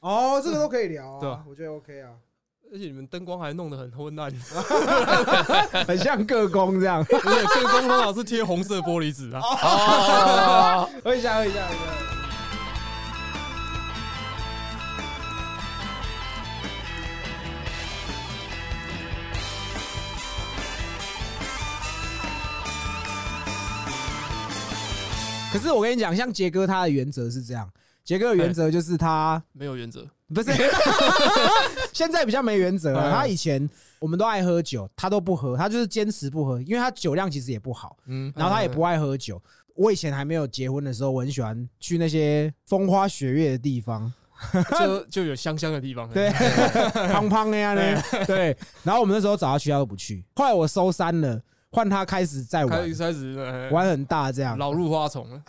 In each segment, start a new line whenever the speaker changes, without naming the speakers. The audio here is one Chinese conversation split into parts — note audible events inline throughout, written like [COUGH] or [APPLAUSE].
哦，这个都可以聊啊，
对啊
我觉得 OK 啊，
而且你们灯光还弄得很
[LAUGHS]
昏暗，
很像个工这样。
而且这个光通常是贴红色玻璃纸啊。
哦，
喝一下，喝一下，喝一下。可是我跟你讲，像杰哥他的原则是这样，杰哥的原则就是他
没有原则， [LAUGHS]
不是，现在比较没原则了。
嗯
他以前我们都爱喝酒，他都不喝，他就是坚持不喝，因为他酒量其实也不好，
嗯，
然后他也不爱喝酒。我以前还没有结婚的时候，我很喜欢去那些风花雪月的地方，
哎就就有香香的地方。
对， [LAUGHS] 胖胖的呀
嗯
呢，对。然后我们那时候找他去，他都不去。后来我收山了，换他开始在
开
玩
始，开始呃
玩很大这样。
老入花丛了。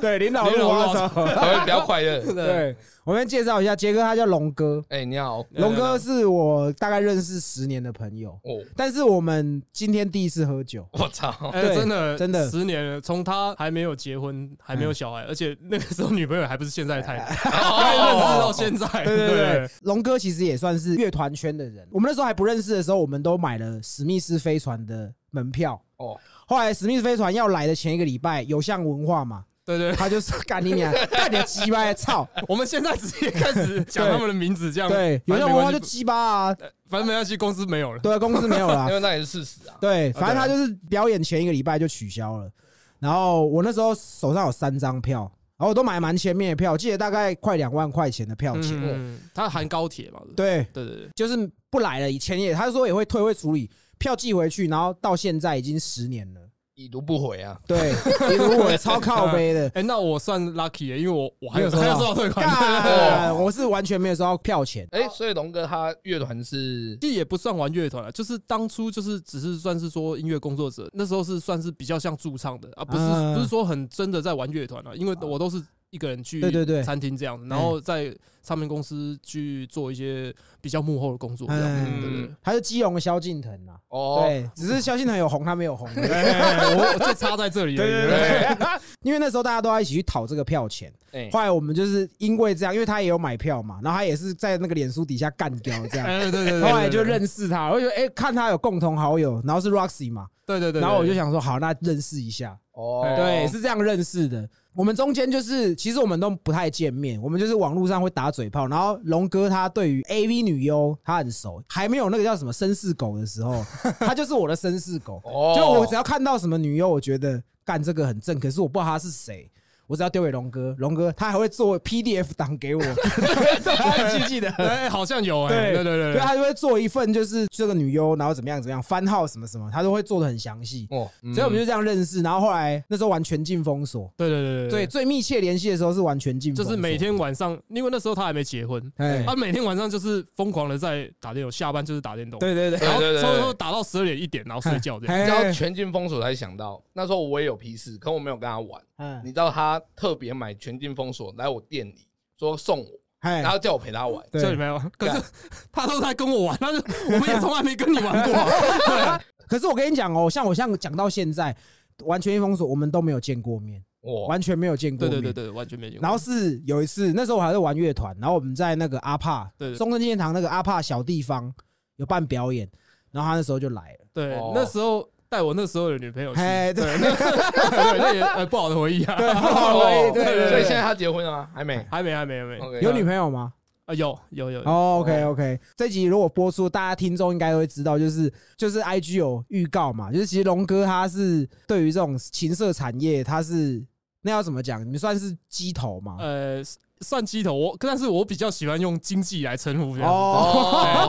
对，领导
领
入
导
花
入花
[LAUGHS]
丛。
稍微比较快乐。
[LAUGHS] 对，我们介绍一下杰哥，他叫龙哥，
哎，你好，
嗯
龙哥是我大概认识十年的朋友。
哦，
但是我们今天第一次喝酒，
我操，
哎，
对
真的，
真的哎
十年了，从他还没有结婚，还没有小孩，而且那个时候女朋友还不是现在的太太，还认识到现在，
对对对，龙哥其实也算是乐团圈的人。我们那时候还不认识的时候，我们都买了史密斯飞船的门票。
哦，
后来史密斯飞船要来的前一个礼拜，有像文化嘛，
对对，对
他就说干你
[LAUGHS]
娘，干你个鸡巴，操！
我们现在直接开始讲他们的名字，这样
对，有
反
像
正没
文
关
化
系哎
就鸡巴啊，
反正没关系，公司没有了。
对，公司没有
[LAUGHS]
啦
因。为那也是事实啊。
对，反正
啊
他
对
就是表演前一个礼拜就取消了。然后我那时候手上有三张票，然后我都买蛮前面的票，我记得大概快两万块钱的票钱。
嗯，他含高铁嘛？对
对，
对对对，，
就是不来了，以前也他说也会退会处理，票寄回去，然后到现在已经十年了。
已读不回啊！
[LAUGHS] 对，比如我超靠背的
哎，那我算 lucky 耶，因为我我还有
你有收
还
到
有收到退款，
干，我是完全没有收到票钱。
哎，所以龙哥他乐团是
其实也不算玩乐团了，就是当初就是只是算是说音乐工作者，那时候是算是比较像驻唱的啊，不是、
嗯啊
不是说很真的在玩乐团了，因为我都是一个人去
对对嗯对
餐厅这样子，然后在唱片公司去做一些比较幕后的工作这样子，
嗯
对对对。
他是基隆的萧敬腾啊，
哦，
对，只是萧敬腾有红，他没 [LAUGHS] 有红。
哎我我就差在这里而已，对对
哎
对，
因为那时候大家都要一起去讨这个票钱，
哎，
后来我们就是因为这样，因为他也有买票嘛，然后他也是在那个脸书底下干掉这样，
哎对对对，对
后来就，认识他，我就觉得哎，看他有共同好友，然后是 Roxy 嘛，
对对对，对
然后我就，想说好，那认识一下，
哦，
对，是这样认识的。我们中间就是，其实我们都不太见面，我们就是网络上会打嘴炮。然后龙哥他对于 A V 女优他很熟，还没有那个叫什么绅士狗的时
[LAUGHS]
候，他就是我的绅士狗。
哦，
就我只要看到什么女优，我觉得干这个很正，可是我不知道他是谁，我只要丢给龙哥，龙哥他还会做 PDF 档给
[LAUGHS]
我，记不记得？
哎，好像有哎，对对对
对，啊
对，
他就会做一份就是这个女优，然后怎么样怎么样，番号什么什么，他都会做的很详细。
哦，嗯
所以我们就这样认识，然后后来那时候玩全境封锁，
对对对
对，，最密切联系的时候是完全禁，
就是每，天晚上，因为那时候他还没结婚，
哎，
他每天晚上就是疯狂的在打电动，下班就是打电动，
对对对，
然后
对对对
差不多打到十二点一点，然后睡觉这样。
你知道
[LAUGHS] 哎，
全境封锁才想到，那时候我也有 P 四，可我没有跟他玩。你
嗯，
知道他特别买全境封锁来我店里，说送我，然
哎，
后叫我陪他玩。
这里
对。
没有，可是 [LAUGHS] 他都在跟我玩，但是我们也从来没跟你玩过啊。
可是我跟你讲哦，像我像讲到现在，完全封锁，我们都没有见过面，
我
完全没有见过 [LAUGHS]
哦对
面。
对对对，完全没见过。
然后是有一次，那时候我还在玩乐团，然后我们在那个阿帕
对对
中正纪念堂那个阿帕小地方有办表演，然后他那时候就来了。
对
哦
那时候带我那时候的女朋友去，对，
哎，对
那也呃不好的回忆啊。
对，不好回忆
哦
[LAUGHS] 对对对
所以现在他结婚了吗？还没。
还没还没还没
OK
有女朋友吗？
啊，有有有，
哦，OK OK，这集如果播出，大家听众应该会知道，就是就是 IG 有预告嘛，就是其实龙哥他是对于这种情色产业，他是那要怎么讲？你们算是鸡头嘛？
呃算鸡头，我但是我比较喜欢用经济来称呼这样。
哦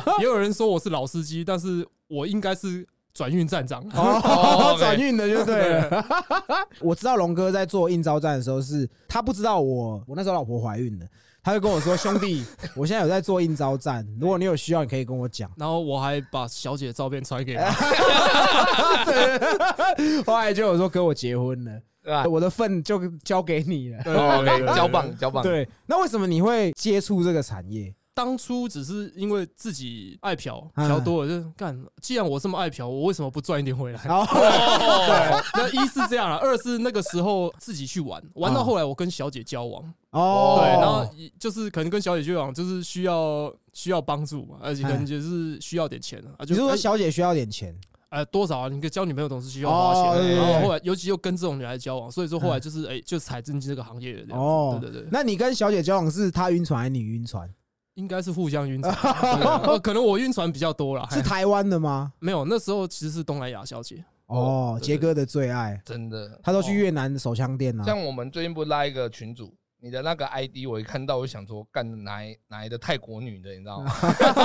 哦
[LAUGHS]
哎 [LAUGHS] 也有人说我是老司机，但是我应该是转运站长。
[LAUGHS] 哦
哦，
，OK
转运的就对了。 [LAUGHS] 我知道龙哥在做应招站的时候是，他不知道我我那时候老婆怀孕了，他就跟我说：“兄
[LAUGHS]
弟，我现在有在做应招站，如果你有需要，你可以跟我讲。
然后我还把小姐的照片传给
啊
他，”
后来就有说跟我结婚了，
对吧？
我的份就交给你了。
对
哦 OK，
对
交。
对对对
棒交
[LAUGHS]
棒。
对，那为什么你会接触这个产业？
当初只是因为自己爱嫖
啊
嫖多了，就是干，既然我这么爱嫖，我为什么不赚一点回来？
[LAUGHS] 然
[LAUGHS]
后
哦对，那一是这样了，二是那个时候自己去玩，玩到后来我跟小姐交往，
哦，
对，然后也就是可能跟小姐交往就是需要需要帮助嘛，而且可能就是需要点钱啊，
你
就是
说
是
小姐需要点钱
呃多少啊，你交女朋友总是需要花钱
哦对
的，
对
然
对
后后来尤其又跟这种女孩交往，所以说后来就是哎就才进这个行业的这样子，
嗯哦？
对对对，
那你跟小姐交往是她晕船还是你晕船？
应该是互相
[LAUGHS]
晕船，对呃可能我晕船比较多啦，
是台湾的吗？
没有那时候其实是东南亚小姐，
哦，
对哦
杰哥的最爱，
真的。
他都去越南手枪店了。
像我们最近不是拉一个群主，你的那个 ID 我一看到，我就想说，干哪一哪来的泰国女的，你知道吗？
[LAUGHS]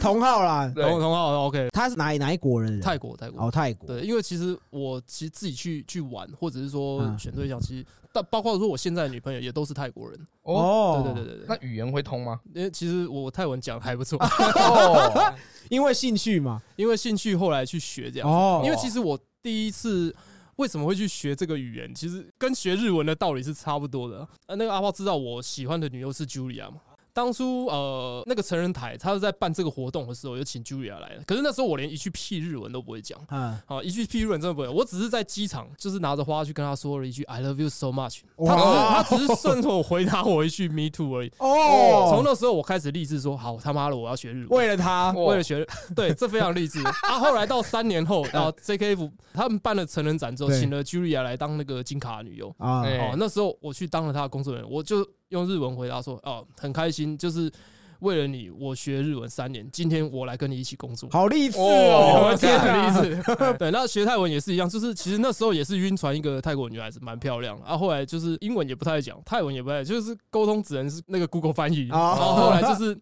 同号啦，
对
然后同好 OK，
他是哪哪一国人？
泰国泰国
哦，泰国。
对，因为其实我其实自己去去玩，或者是说
嗯
选对象，其实但包括说我现在的女朋友也都是泰国人。
哦，
对对对对对
那，语言会通
[LAUGHS]
吗？
因为其实我泰文讲得还不
[LAUGHS]
错，
哦，
因为兴趣嘛。
因为兴趣后来去学这样。
哦
因为其实我第一次。为什么会去学这个语言？其实跟学日文的道理是差不多的。呃，那个阿炮知道我喜欢的女优是 Julia 嘛？当初呃，那个成人台他是在办这个活动的时候，我就请 Julia 来了。可是那时候我连一句屁日文都不会讲。
嗯，
好，一句批论真的不会，我只是在机场就是拿着花去跟他说了一句 “I love you
[LAUGHS]
so much”，
哇
他只是他只是顺口回答我一句 “Me too” 而已。
哦，
从那时候我开始立志说，好他妈的我要学日文，
为了他，
为了学， [LAUGHS] 对，这非常励志。啊，后来到三年后，然后 JKF 他们办了成人展之后，
对
请了 Julia 来当那个金卡女优。
啊，
哎
哦，那时候我去当了他的工作人员，我就用日文回答说：“哦，很开心，就是为了你，我学日文三年，今天我来跟你一起工作。”
好励志 [LAUGHS]
哦
哦！我的天
很
哪，
励志。 [LAUGHS] 对，那学泰文也是一样，就是其实那时候也是晕船一个泰国女孩子，蛮漂亮的。啊，后来就是英文也不太讲，泰文也不太，就是沟通只能是那个 Google 翻译。
哦
然后后来就是。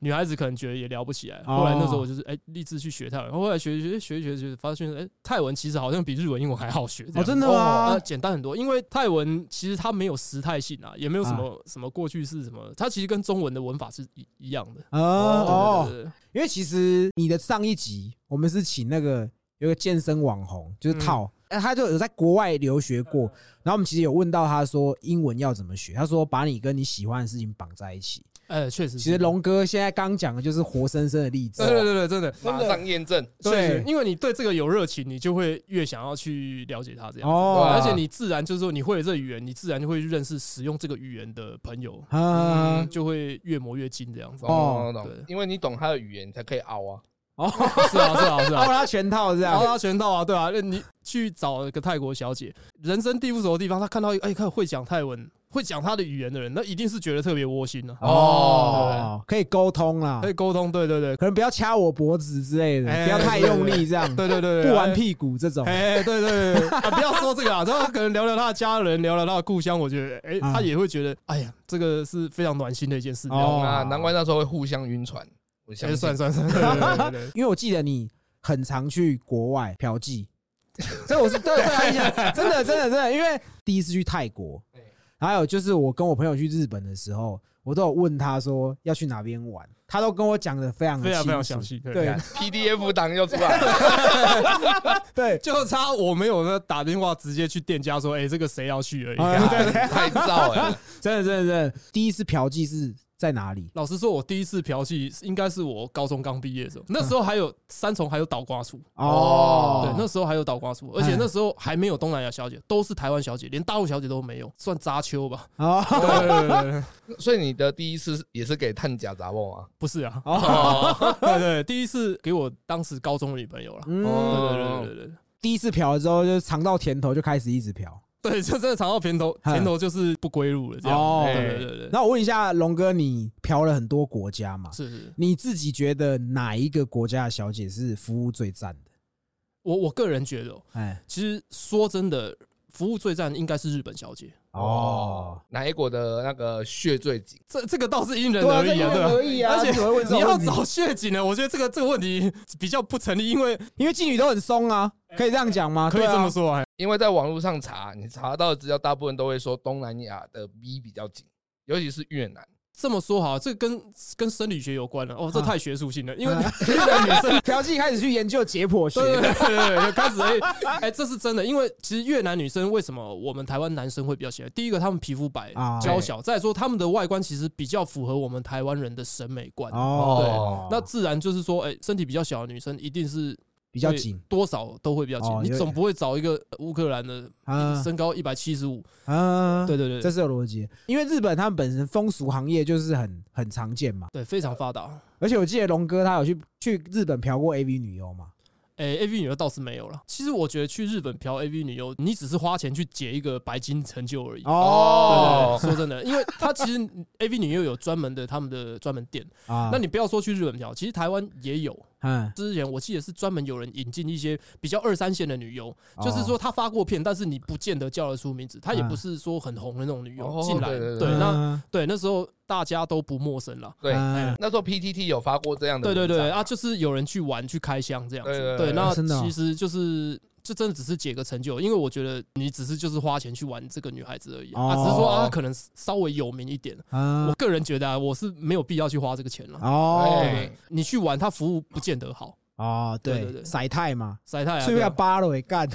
女孩子可能觉得也聊不起来，
哦
后来那时候我就是哎立志去学泰文，后来学学学学学，发现哎泰文其实好像比日文、英文还好学这样子，
哦，真的
呃
吗？
简单很多，因为泰文其实它没有时态性啊，也没有什么什么过去式什么，它其实跟中文的文法是一一样的。
啊
对
哦，
对对对
因为其实你的上一集我们是请那个有一个健身网红，
嗯
就是套，那他就有在国外留学过，然后我们其实有问到他说英文要怎么学，他说把你跟你喜欢的事情绑在一起。
哎，确实是，
其实龙哥现在刚讲的就是活生生的例子哦
对，对对对，真的，
[LAUGHS]
啊
马上验证。
对
对，因为你对这个有热情，你就会越想要去了解它这样。
哦
对而且你自然就是说，你会有这语言，你自然就会认识使用这个语言的朋友，嗯
啊
就会越磨越精这样子。
哦
懂懂懂
对
懂，因为你懂他的语言，你才可以熬啊。
是啊，是啊，是
包 [LAUGHS] 括
啊。
哦他全套这
然后
样，
他全到啊，对啊，那你去找一个泰国小姐，人生地不熟的地方，她看到一个哎，看会讲泰文、会讲她的语言的人，那一定是觉得特别窝心的，
哦，可以沟通啦
可，以沟通。对对对，
可能不要掐我脖子之类的，
哎
不要太用力这样，
对对对，对
不玩。屁股这种。
哎，对对对，啊，不要说这个啊， [LAUGHS] 他可能聊聊他的家人，聊聊他的故乡，我觉得，哎，
啊
他也会觉得，哎呀，这个是非常暖心的一件事。
哦
哦，
啊，难怪那时候会互相晕船。我相
哎，
信
算
[LAUGHS]
算算，对对对对
[LAUGHS]
对
因为我记得你很常去国外嫖妓，这我是对对印象，真的真的真的，因为第一次去泰国，还有就是我跟我朋友去日本的时候，我都有问他说要去哪边玩，他都跟我讲的非常
非常非常
清
详
楚，
细。对，
对
PDF 档又出来了。
对，
就差我没有呢打电话直接去店家说，哎，这个谁要去而已。
啊对
拍照哎，
真的真的真的，第一次嫖妓是在哪里？
老实说，我第一次嫖妓应该是我高中刚毕业的时候，那时候还有三重还有倒瓜处，
哦，
对，那时候还有倒瓜处，而且那时候还没有东南亚小姐，都是台湾小姐，连大陆小姐都没有，算渣
[LAUGHS]
秋吧？
哦，
对对对对对。
[LAUGHS] 所以你的第一次也是给探假杂货啊？
不是啊，
哦，
[LAUGHS] 对对，第一次给我当时高中的女朋友了。对
嗯，
对对对对
第一次嫖了之后就尝到甜头，就开始一直嫖。
对， [LAUGHS] 对，就真的尝到甜头，
嗯
甜头就是不归路了，这样。
哦
对对对对，
那我问一下龙哥，你嫖了很多国家嘛？
是是，
你自己觉得哪一个国家的小姐是服务最赞的？
我我个人觉得哦，
哎，
其实说真的，服务最赞应该是日本小姐，
哦，
[LAUGHS] 哪一国的那个血最紧？
这这个倒是因人而异啊，对吧？
以
而且你要
走，
找血井呢，我觉得这个这个问题比较不成立，因为
因为妓女都很松啊，可以这样讲吗？
可以
对啊
这么，说啊，
因为在网络上查，你查到的资料大部分都会说东南亚的 V 比较紧，尤其是越南。
这么说好了，这个跟跟生理学有关了。哦，这
啊
太学术性了， [LAUGHS] 因为
啊
现在女
[LAUGHS]
生
调剂开始去研究解剖学
对，哎
[LAUGHS]
对对对对，开始哎哎，这是真的，因为其实越南女生为什么我们台湾男生会比较喜欢？第一个，他们皮肤白
啊
娇小，再来说他们的外观其实比较符合我们台湾人的审美观。
哦，
那自然就是说，哎、身体比较小的女生一定是
比较
会
紧
多少都会比较紧。
哦
你
有
总不会找一个呃乌克兰的
啊
身高一百七十五，
啊，
对对对
这
对，
是有逻辑的，因为日本他们本身风俗行业就是很很常见嘛，
对非常发达。
而且我记得龙哥他有去去日本嫖过 AV 女优嘛，
哎、a v 女优倒是没有了。其实我觉得去日本嫖 AV 女优，你只是花钱去解一个白金成就而已。
哦
对对对，说真的，因为它其实 AV 女优有专门的他们的专门店，
啊，
那你不要说去日本嫖，其实台湾也有。
嗯，
之前我记得是专门有人引进一些比较二三线的女优，
哦
就是说她发过片，但是你不见得叫得出名字，她也
嗯
不是说很红的那种女优
哦
进来。
对对对
对，那哎
嗯
对那时候大家都不陌生了。
对，
嗯
那时候 PTT 有发过这样的
对对
文章，
对啊，就是有人去玩去开箱这样
对
子。
对
对，
对
那
真的哦
其实就是。这真的只是解个成就，因为我觉得你只是就是花钱去玩这个女孩子而已啊，
哦
啊只是说啊，可能稍微有名一点。我
嗯
个人觉得啊，我是没有必要去花这个钱了。
哦
哎
你去玩，它服务不见得好，
哦，
对对
对，
对
晒太嘛，
晒太阳。
所以要扒了干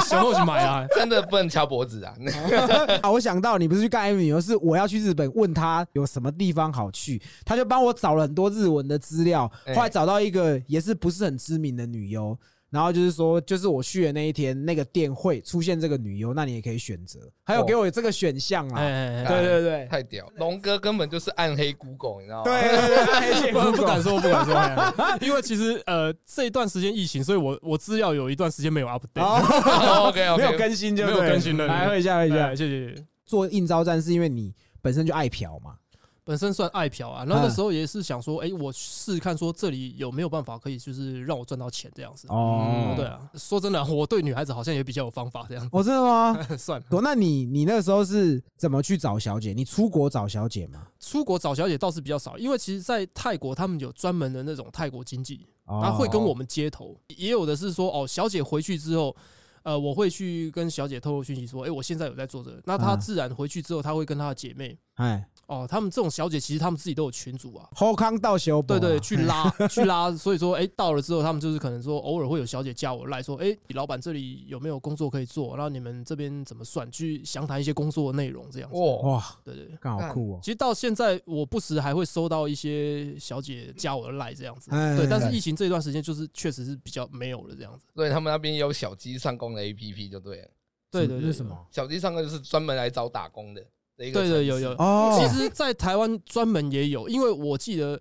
想我去买啊，
真的不能敲脖子啊！
哦
啊！我想到你不是去干 AV 女优，是我要去日本问他有什么地方好去，他就帮我找了很多日文的资料，
哎
后来找到一个也是不是很知名的女优。然后就是说，就是我去的那一天，那个店会出现这个女优，那你也可以选择。还有给我这个选项
哎
啦，
哎，哎
对对对
太屌，龙哥根本就是暗黑 Google，你知道吗？
[LAUGHS]
对对对对，黑线
不敢
Google
不敢说，不敢说哎，因为其实呃这一段时间疫情，所以我我资料有一段时间没有 update，
哦
，OK OK，
没有更新就
没有
对
更新了
来会一下会一下
哎，谢谢谢谢。
做应招站是因为你本身就爱嫖嘛，
本身算爱嫖啊，然后那时候也是想说，哎，我试试看说这里有没有办法可以就是让我赚到钱这样子。
哦
嗯
对啊，说真的，我对女孩子好像也比较有方法这样。
哦，真的吗？ [LAUGHS]
算了，
哦，那你你那个时候是怎么去找小姐？你出国找小姐吗？
出国找小姐倒是比较少，因为其实，在泰国他们有专门的那种泰国经济，
哦
啊他会跟我们接头，也有的是说哦，小姐回去之后，呃，我会去跟小姐透露讯息说，哎、我现在有在做这个。那她
嗯
自然回去之后，她会跟她的姐妹，
哎，
哦，她们这种小姐其实她们自己都有群组啊，
后康到啊修
对对，去拉
[LAUGHS]
去拉。所以说，哎、到了之后，她们就是可能说偶尔会有小姐加我来说，哎、老板这里有没有工作可以做？然后你们这边怎么算？去详谈一些工作的内容这样子。
哇，
哇，
对对对。
刚好酷哦
其实到现在，我不时还会收到一些小姐加我的赖这样子，
哎
对。但是疫情这段时间，就是确实是比较没有了这样子。
所以他们那边也有小鸡上工的 APP 就对了，
对
什
对
么
对，
那
对
什么？
小鸡上工就是专门来找打工的的一个
对
城
对
市
有有。
哦，
其实，在台湾专门也有，因为我记得，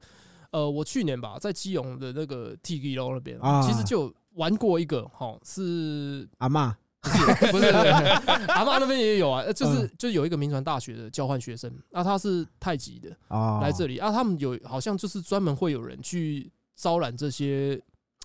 呃，我去年吧，在基隆的那个 T G O 那边，
啊
其实就有玩过一个，哈，是
阿嬷
不是
[LAUGHS]
不是？阿妈那边也有啊，呃就是
嗯
就有一个民传大学的交换学生，啊，他是太极的，
哦，
来这里啊，他们有好像就是专门会有人去招揽这些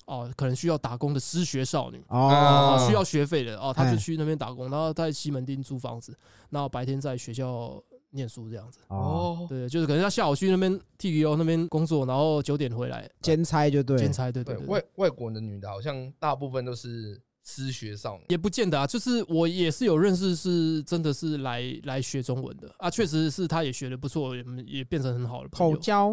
哦，可能需要打工的失学少女。
哦
哦，需要学费的哦，他
哎
就去那边打工，然后在西门町租房子，然后白天在学校念书这样子。
哦
哦，
对，就是可能他下午去那边 T U 那边工作，然后九点回来
兼差就对
兼，差，对
对
对对
外。外国的女的好像大部分都是失学少女，
也不见得啊，就是我也是有认识，是真的是来来学中文的啊，确实是他也学的不错，也也变成很好的朋
口
友，
交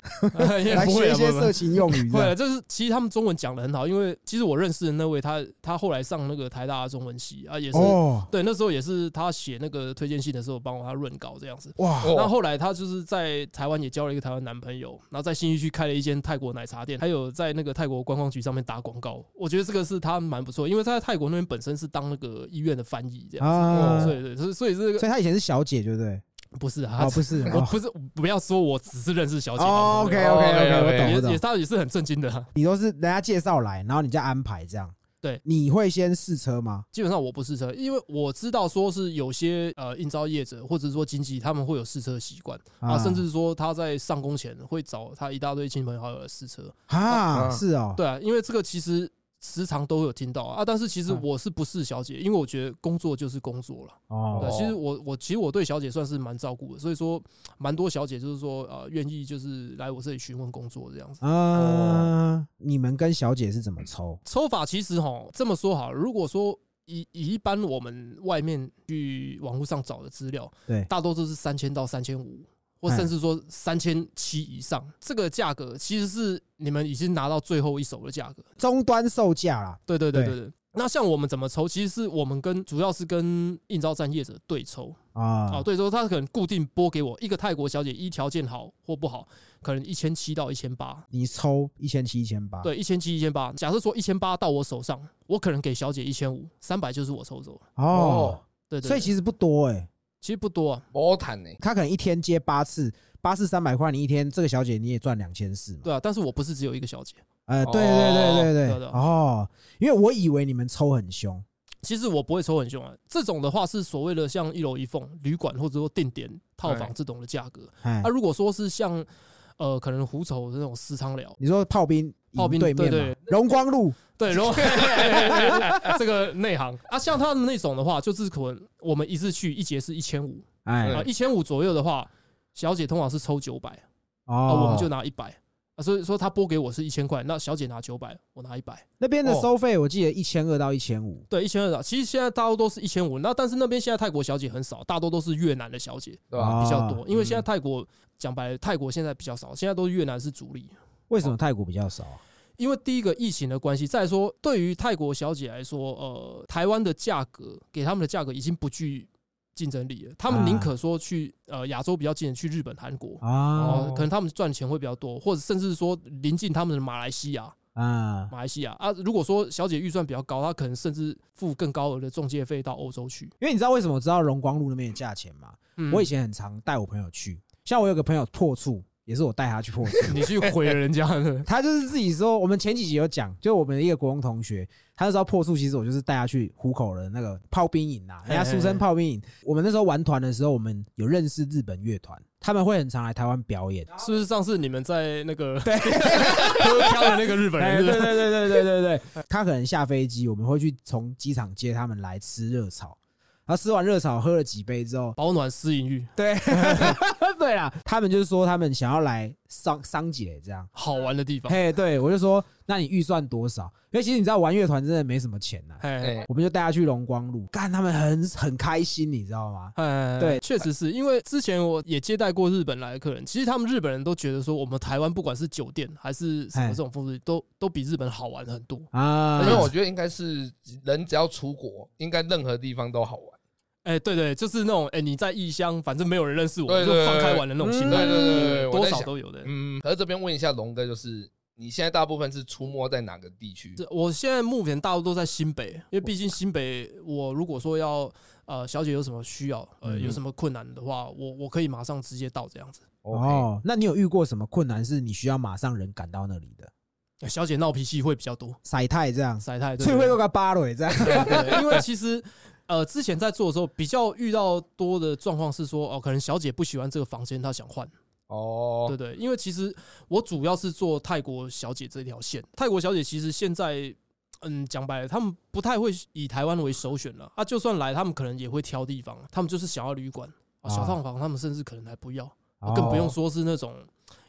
也
来
[LAUGHS] 不会
学
啊
一些
不会
色情用语这
会
样，
了，就是其实他们中文讲的很好，因为其实我认识的那位他，他后来上那个台大的中文系啊，也是、
哦
对，那时候也是他写那个推荐信的时候帮我他润稿这样子。
哇
哦
那后来他就是在台湾也交了一个台湾男朋友，然后在新义区开了一间泰国奶茶店，还有在那个泰国观光局上面打广告。我觉得这个是他蛮不错，因为他在泰国那边本身是当那个医院的翻译这样。
啊，
哦所
所以
以对，所以所以这个
他以前是小姐就对，
不是啊
哦，不是
[LAUGHS] 我
哦
不是不要说我只是认识小姐好不好
，OK OK OK，我懂我
对
也也
懂，
他也是很震惊的啊、
你都是人家介绍来，然后你再安排这样，
对
你会先试车吗？
基本上我不试车，因为我知道说是有些呃应招业者或者说经纪他们会有试车习惯啊，甚至说他在上工前会找他一大堆亲朋好友来试车，
啊，
啊
是哦，
对啊，因为这个其实时常都有听到啊，啊但是其实
嗯
我是不试小姐，因为我觉得工作就是工作了，对
哦
啊，其实我我其实我对小姐算是蛮照顾的，所以说蛮多小姐就是说呃愿意就是来我这里询问工作这样子。呃
啊，呃你们跟小姐是怎么抽？
抽法其实哈，这么说好了，如果说以以一般我们外面去网络上找的资料，
对
大多都是三千到三千五或甚至说三千七以上，这个价格其实是你们已经拿到最后一手的价格。
终端售价啦，
对对对
对
对对。那像我们怎么抽，其实是我们跟主要是跟应招站业者对抽
啊
啊，，对抽他可能固定拨给我一个泰国小姐，一条件好或不好，可能一千七到一千八，
你抽一千七、一千八，，
对，一千七一千八。假设说一千八到我手上，我可能给小姐一千五，三百就是我抽走了。
哦，
对对对
所以其实不多哎，
其实不多啊，
波坦呢？
他可能一天接八次，八次三百块，你一天这个小姐你也赚两千四嘛，
对啊，但是我不是只有一个小姐，
呃，
哦
对对对对
对
对，
的
哦，因为我以为你们抽很凶，
其实我不会抽很凶啊。这种的话是所谓的像一楼一凤旅馆或者说定点套房
对
这种的价格。
哎
那、，如果说是像呃可能狐丑这种私仓寮，
你说炮兵营
炮兵
对面
对
嘛
对，
荣光路
对，然后 [LAUGHS] 这个内行啊，像他们那种的话，就是可能我们一次去一节是一千五
哎
对
啊，一千五左右的话，小姐通常是抽九百啊，
哦，
我们就拿一百啊，所以说他拨给我是一千块，那小姐拿九百，我拿一百，
那边的
哦
收费我记得一千二到一千五，
对，一千二。啊其实现在大多都是一千五，那但是那边现在泰国小姐很少，大多都是越南的小姐
对吧？
啊
比较多，因为现在
嗯
泰国讲白了，泰国现在比较少，现在都是越南是主力。
为
哦
什么泰国比较少啊？
因为第一个疫情的关系，再来说对于泰国小姐来说，呃，台湾的价格给他们的价格已经不具竞争力了，他们宁可说去呃亚洲比较近的去日本、韩国，
啊
哦、可能他们赚钱会比较多，或者甚至说临近他们的马来西亚，
啊
马来西亚啊，如果说小姐预算比较高，她可能甚至付更高额的中介费到欧洲去。
因为你知道为什么我知道荣光路那边的价钱吗？
嗯
我以前很常带我朋友去，像我有个朋友破处，也是我带他去
[LAUGHS]
破处。，
[LAUGHS] 你去毁了人家的
他就是自己说，我们前几集有讲，就我们的一个国中同学，他那时候破处，其实我就是带他去虎口的那个炮兵营啊，人家俗称炮兵营。我们那时候玩团的时候，我们有认识日本乐团，他们会很常来台湾表演。
是不是上次你们在那个喝飘的那个日本
哎
人
对
是不
对
是？
对对对对对对， [LAUGHS] 他可能下飞机，我们会去从机场接他们来吃热炒，然后吃完热炒喝了几杯之后，
保暖私淫 [LAUGHS] 欲，
对， [LAUGHS] 对啦，他们就是说他们想要来商商姐这样。
好玩的地方。
嘿，对我就说，那你预算多少？因为其实你知道玩乐团真的没什么钱呐、
哎，
哎，
我们就带他去荣光路，干他们很很开心，你知道吗？
哎，
对
确实是因为之前我也接待过日本来的客人，其实他们日本人都觉得说，我们台湾不管是酒店还是什么这种风俗，都都比日本好玩很多。
啊，
嗯
因为我
哦
觉得应该是人只要出国，应该任何地方都好玩。
哎，对对，就是那种哎，你在异乡，反正没有人认识我，
对
就
对对嗯
放开玩的那种心
对
态，
对对对，我
多
在
少
想，
都有的。
嗯，可是这边问一下龙哥，就是你现在大部分是出没在哪个地区？
这我现在目前大多都在新北，因为毕竟新北，我如果说要呃小姐有什么需要，呃
嗯
有什么困难的话，我我可以马上直接到这样子。
哦，
哦，那你有遇过什么困难是你需要马上人赶到那里的？
小姐闹脾气会比较多，
晒太这样，
晒太对
最 [LAUGHS] 会
对
都个芭蕾这样。
对，因为其实呃，之前在做的时候，比较遇到多的状况是说，哦，可能小姐不喜欢这个房间，她想换，
哦
对，对。因为其实我主要是做泰国小姐这条线，泰国小姐其实现在。嗯，讲白了，他们不太会以台湾为首选了啊。就算来，他们可能也会挑地方，他们就是想要旅馆、啊、小
啊
套房，他们甚至可能还不要，啊 [LAUGHS] 更不用
哦，
说是那种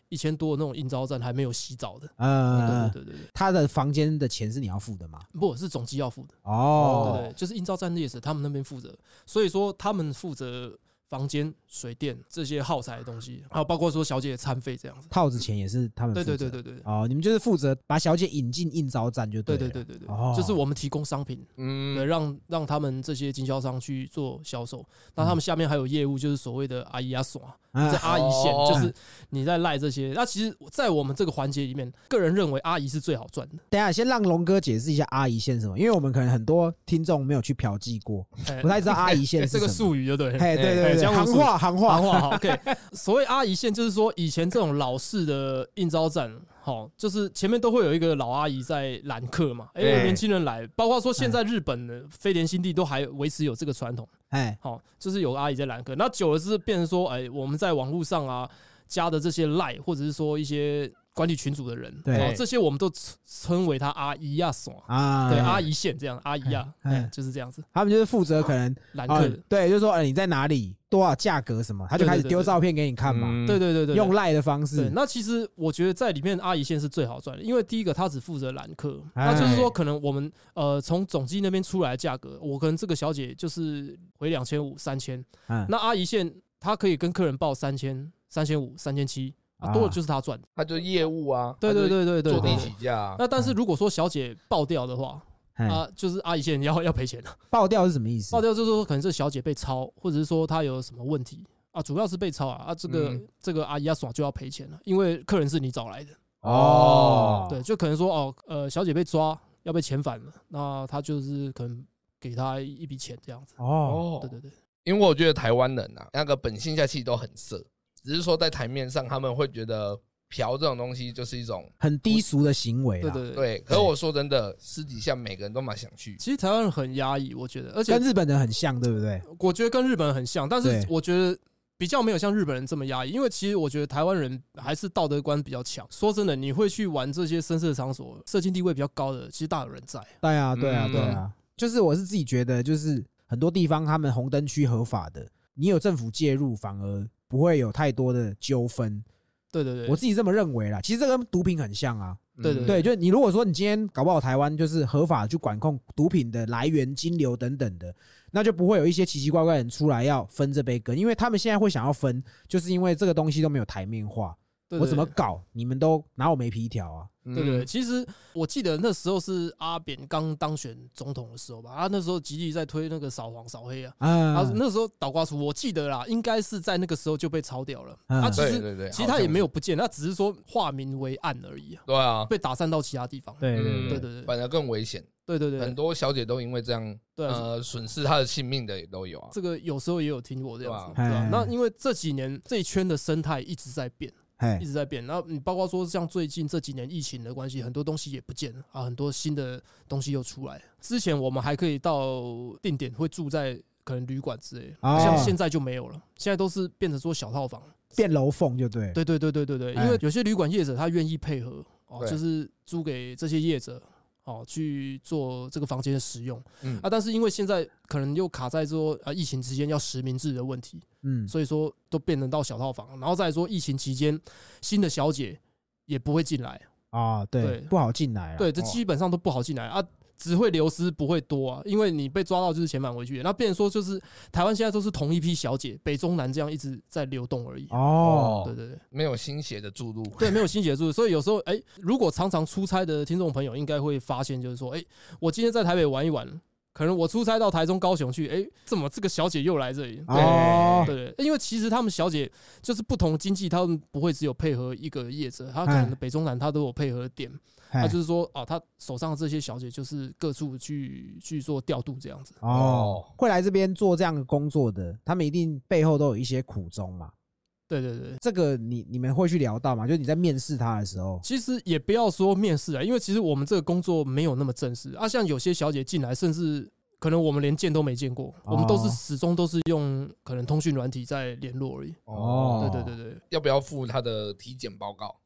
一千多的那种应招站还没有洗澡的。
嗯，
对对对对
他的房间的钱是你要付的吗？
对，不是总机要付的。
哦，
对，就是应招站烈士他们那边负责，所以说他们负责房间、水电这些耗材的东西，还有包括说小姐的餐费这样子。
套子钱也是他们
对对
负责
对对对
哦，你们就是负责把小姐引进应招站就
对
了
对对对对，
哦
就是我们提供商品，对，
嗯，
让让他们这些经销商去做销售。
嗯
那他们下面还有业务，就是所谓的阿姨阿爽啊，这
啊
阿姨线
哦
就是你在赖这些。那其实，在我们这个环节里面，个人认为阿姨是最好赚的。
等一下，先让龙哥解释一下阿姨线是什么，因为我们可能很多听众没有去嫖妓过，
哎
不太知道阿姨线
[LAUGHS] 哎
是
这个
什么。
术语就对了。
嘿，对对
哎
对，
江湖
行
术语
话行
八
话，
卦 OK，所 [LAUGHS] 谓阿姨线就是说以前这种老式的应招站，好，就是前面都会有一个老阿姨在揽客嘛。哎、
对
年轻人来，包括说现
嗯
在日本的飞廉新地都还维持有这个传统，
哎，
好，就是有个阿姨在揽客。那久了是变成说，哎、我们在网络上啊加的这些赖，或者是说一些管理群组的人，
对
哦这些我们都称称为他阿姨呀、啊，爽。
啊，
对，阿，姨线这样，阿姨呀、啊，
嗯
哎
嗯
就是这样子
他们就是负责可能
揽
啊
客的。，
对，就说哎你在哪里，多少价格什么，他就开始
对对对
丢照片给你看嘛，
嗯
对对对对，对
用赖的方
对，
式，
那其实我觉得在里面阿姨线是最好赚的，因为第一个她只负责揽客，
哎
那就是说可能我们呃从总机那边出来的价格，我可能这个小姐就是回两千五、三千，
嗯
那阿姨线她可以跟客人报三千、三千五、三千七，
啊
啊多的就是他赚。
他就业务啊，
对对对对
他就
对
坐地
对。
起价啊，
那但是如果说小姐爆掉的话，
哎，
啊，就是阿姨现在要要赔钱了。
爆掉是什么意思
爆？掉就是说可能是小姐被抄，或者是说她有什么问题啊，主要是被抄啊啊，这个、
嗯
这个阿姨要啊爽就要赔钱了，因为客人是你找来的。
哦，
对，就可能说哦，呃，小姐被抓要被遣返了，那他就是可能给她一笔钱这样子。
哦，
哦
对对对，
因为我觉得台湾人啊，那个本性下其实都很色，只是说在台面上他们会觉得嫖这种东西就是一种
很低俗的行为
对
啦，
对对。
对。可是我说真的，私底下每个人都蛮想去，
其实台湾人很压抑，我觉得，而且
跟日本人很像，对不对？
我觉得跟日本人很像，但
对
是我觉得比较没有像日本人这么压抑，因为其实我觉得台湾人还是道德观比较强。说真的，你会去玩这些深色场所，社经地位比较高的，其实大有人在。
对啊，对啊，
嗯
对啊，就是我是自己觉得，就是很多地方他们红灯区合法的，你有政府介入，反而不会有太多的纠纷。
对对对，
我自己这么认为啦。其实这跟毒品很像啊，
对对
嗯
对，就你如果说你今天搞不好台湾就是合法去管控毒品的来源、金流等等的，那就不会有一些奇奇怪怪的人出来要分这杯羹，因为他们现在会想要分，就是因为这个东西都没有台面化，
对对
我怎么
对
搞，你们都拿我没皮条啊？
对对，
嗯
对，其实我记得那时候是阿扁刚当选总统的时候吧，他那时候极力在推那个扫黄扫黑啊，啊
啊，，
那时候倒挂出，我记得啦，应该是在那个时候就被抄掉了。
嗯
他其
对
实
对对，
其实他也没有不见，他只是说化名为案而已啊，
好像是
被打散到其他地方。
对
对啊，嗯
对对对
反而更危险，
对对
很
对
多小姐都因为这样
对啊，
呃损失她的性命的也都有啊。
这个有时候也有听过这样子，
对啊
对吧
哎？
那因为这几年这一圈的生态一直在变，
哎
一，直在变。然后你包括说像最近这几年疫情的关系，很多东西也不见了啊，很多新的东西又出来了。之前我们还可以到定点会住在可能旅馆之类的，
哦
像现在就没有了，现在都是变成说小套房。
变楼缝就对，
对对对对对对，
哎
因为有些旅馆业者他愿意配合哦，
对
就是租给这些业者哦去做这个房间的使用
嗯
啊。但是因为现在可能又卡在说啊疫情期间要实名制的问题，
嗯，
所以说都变成到小套房，然后再来说疫情期间新的小姐也不会进来，
啊，对
对，
不好进来啊，
对，这
哦
基本上都不好进来啊。只会流失不会多啊，因为你被抓到就是遣返回去，那变成说就是台湾现在都是同一批小姐，北中南这样一直在流动而已。
哦，
对对对。
没有新血的注入，
对，没有新血注入，所以有时候，哎、如果常常出差的听众朋友，应该会发现，就是说，哎、我今天在台北玩一玩，可能我出差到台中、高雄去，哎、怎么这个小姐又来这里？
哦，
对对，因为其实他们小姐就是不同经济，他们不会只有配合一个业者，他可能
哎
北中南他都有配合点，
哎
他就是说啊，他手上这些小姐就是各处去去做调度这样子，
哦
哦，
会来这边做这样的工作的，他们一定背后都有一些苦衷嘛。
对对对。
这个你你们会去聊到吗？就是你在面试他的时候，
其实也不要说面试啊，因为其实我们这个工作没有那么正式啊。像有些小姐进来，甚至可能我们连见都没见过，我们都
哦
是始终都是用可能通讯软体在联络而已。
哦
对对对对，
要不要付他的体检报告？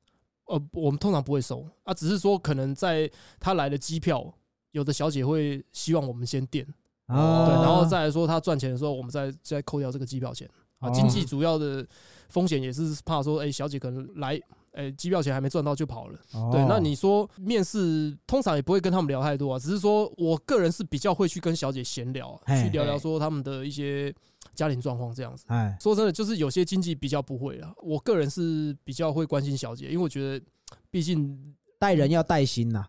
呃，我们通常不会收啊，只是说可能在她来的机票，有的小姐会希望我们先垫，
啊，
对，然后再来说她赚钱的时候，我们再再扣掉这个机票钱啊。
哦
经济主要的风险也是怕说，哎，小姐可能来，哎，机票钱还没赚到就跑了。
哦
对，那你说面试通常也不会跟他们聊太多啊，只是说我个人是比较会去跟小姐闲聊啊、
嘿
去聊聊说他们的一些家庭状况这样子。
哎
说真的，就是有些经济比较不会啊，我个人是比较会关心小姐，因为我觉得毕竟
带人要带心呐，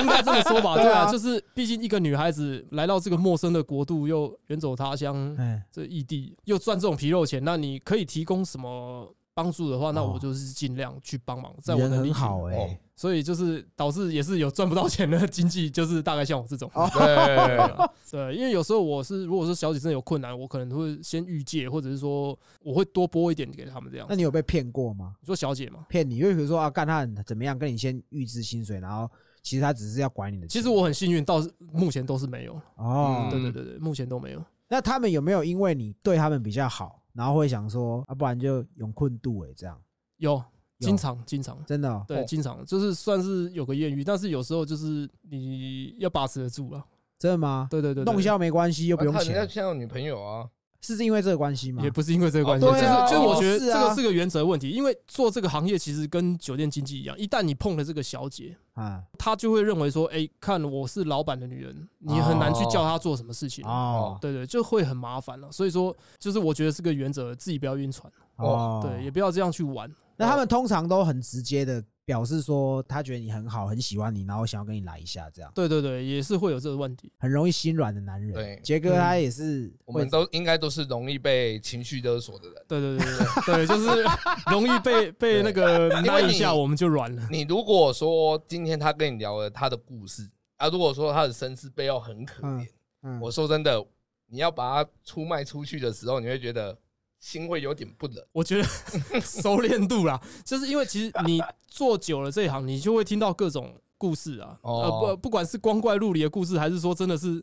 应该这么说吧，
对啊
对啊，就是毕竟一个女孩子来到这个陌生的国度，又远走他乡，
哎
这异地又赚这种皮肉钱，那你可以提供什么帮助的话，那
哦
我就是尽量去帮忙，在我
人
能力
很
之内
好哎
哦，
所以就是导致也是有赚不到钱的经济，就是大概像我这种。
哦
对
[LAUGHS] 对，
啊对，因为有时候我是如果说小姐真的有困难，我可能会先预借，或者是说我会多拨一点给他们这样
那。你有被骗过吗？
你说小姐嘛，
骗你，就比如说啊，干他很怎么样，跟你先预支薪水，然后其实他只是要管你的钱。
其实我很嗯幸运，到目前都是没有。
哦，
对对对对，目前都没有。
那他们有没有因为你对他们比较好，然后会想说啊，不然就永困度哎，这样
有，经常经常。
真的哦
对
哦，
经常就是算是有个艳遇，但是有时候就是你要把持得住啊。
真的吗？
对对对，对啊
弄消没关系，又不用
他人家
钱，
现在有女朋友啊，
是因为这个关系吗
也？不是因为这个关系，
哦
就
对
是
啊
就是我觉得
是
这
啊
个是个原则问题，因为做这个行业其实跟酒店经济一样，一旦你碰了这个小姐，
啊
她就会认为说，哎，看我是老板的女人，你很难去叫她做什么事情，
哦
对对，就会很麻烦了。所以说，就是我觉得是个原则，自己不要晕船。
哦哦，
对，也。哦不要这样去玩。
那他们通常都很直接的表示说，他觉得你很好，很喜欢你，然后想要跟你来一下，这样
对对对，也是会有这个问题。
很容易心软的男人。
对
杰
嗯
哥他也是
我们
会，
都应该都是容易被情绪勒索的人。
对对对对对，对，
[LAUGHS]
就是容易被被那个
因为
拉一
你
下，我们就软了。
你如果说今天他跟你聊了他的故事啊，如果说他的身世背后很可怜，
嗯
我说真的，你要把他出卖出去的时候，你会觉得心会有点不忍。
我觉得 [LAUGHS] 熟练度啦，就是因为其实你做久了这一行，你就会听到各种故事啊，
哦
呃，不不管是光怪陆离的故事，还是说真的是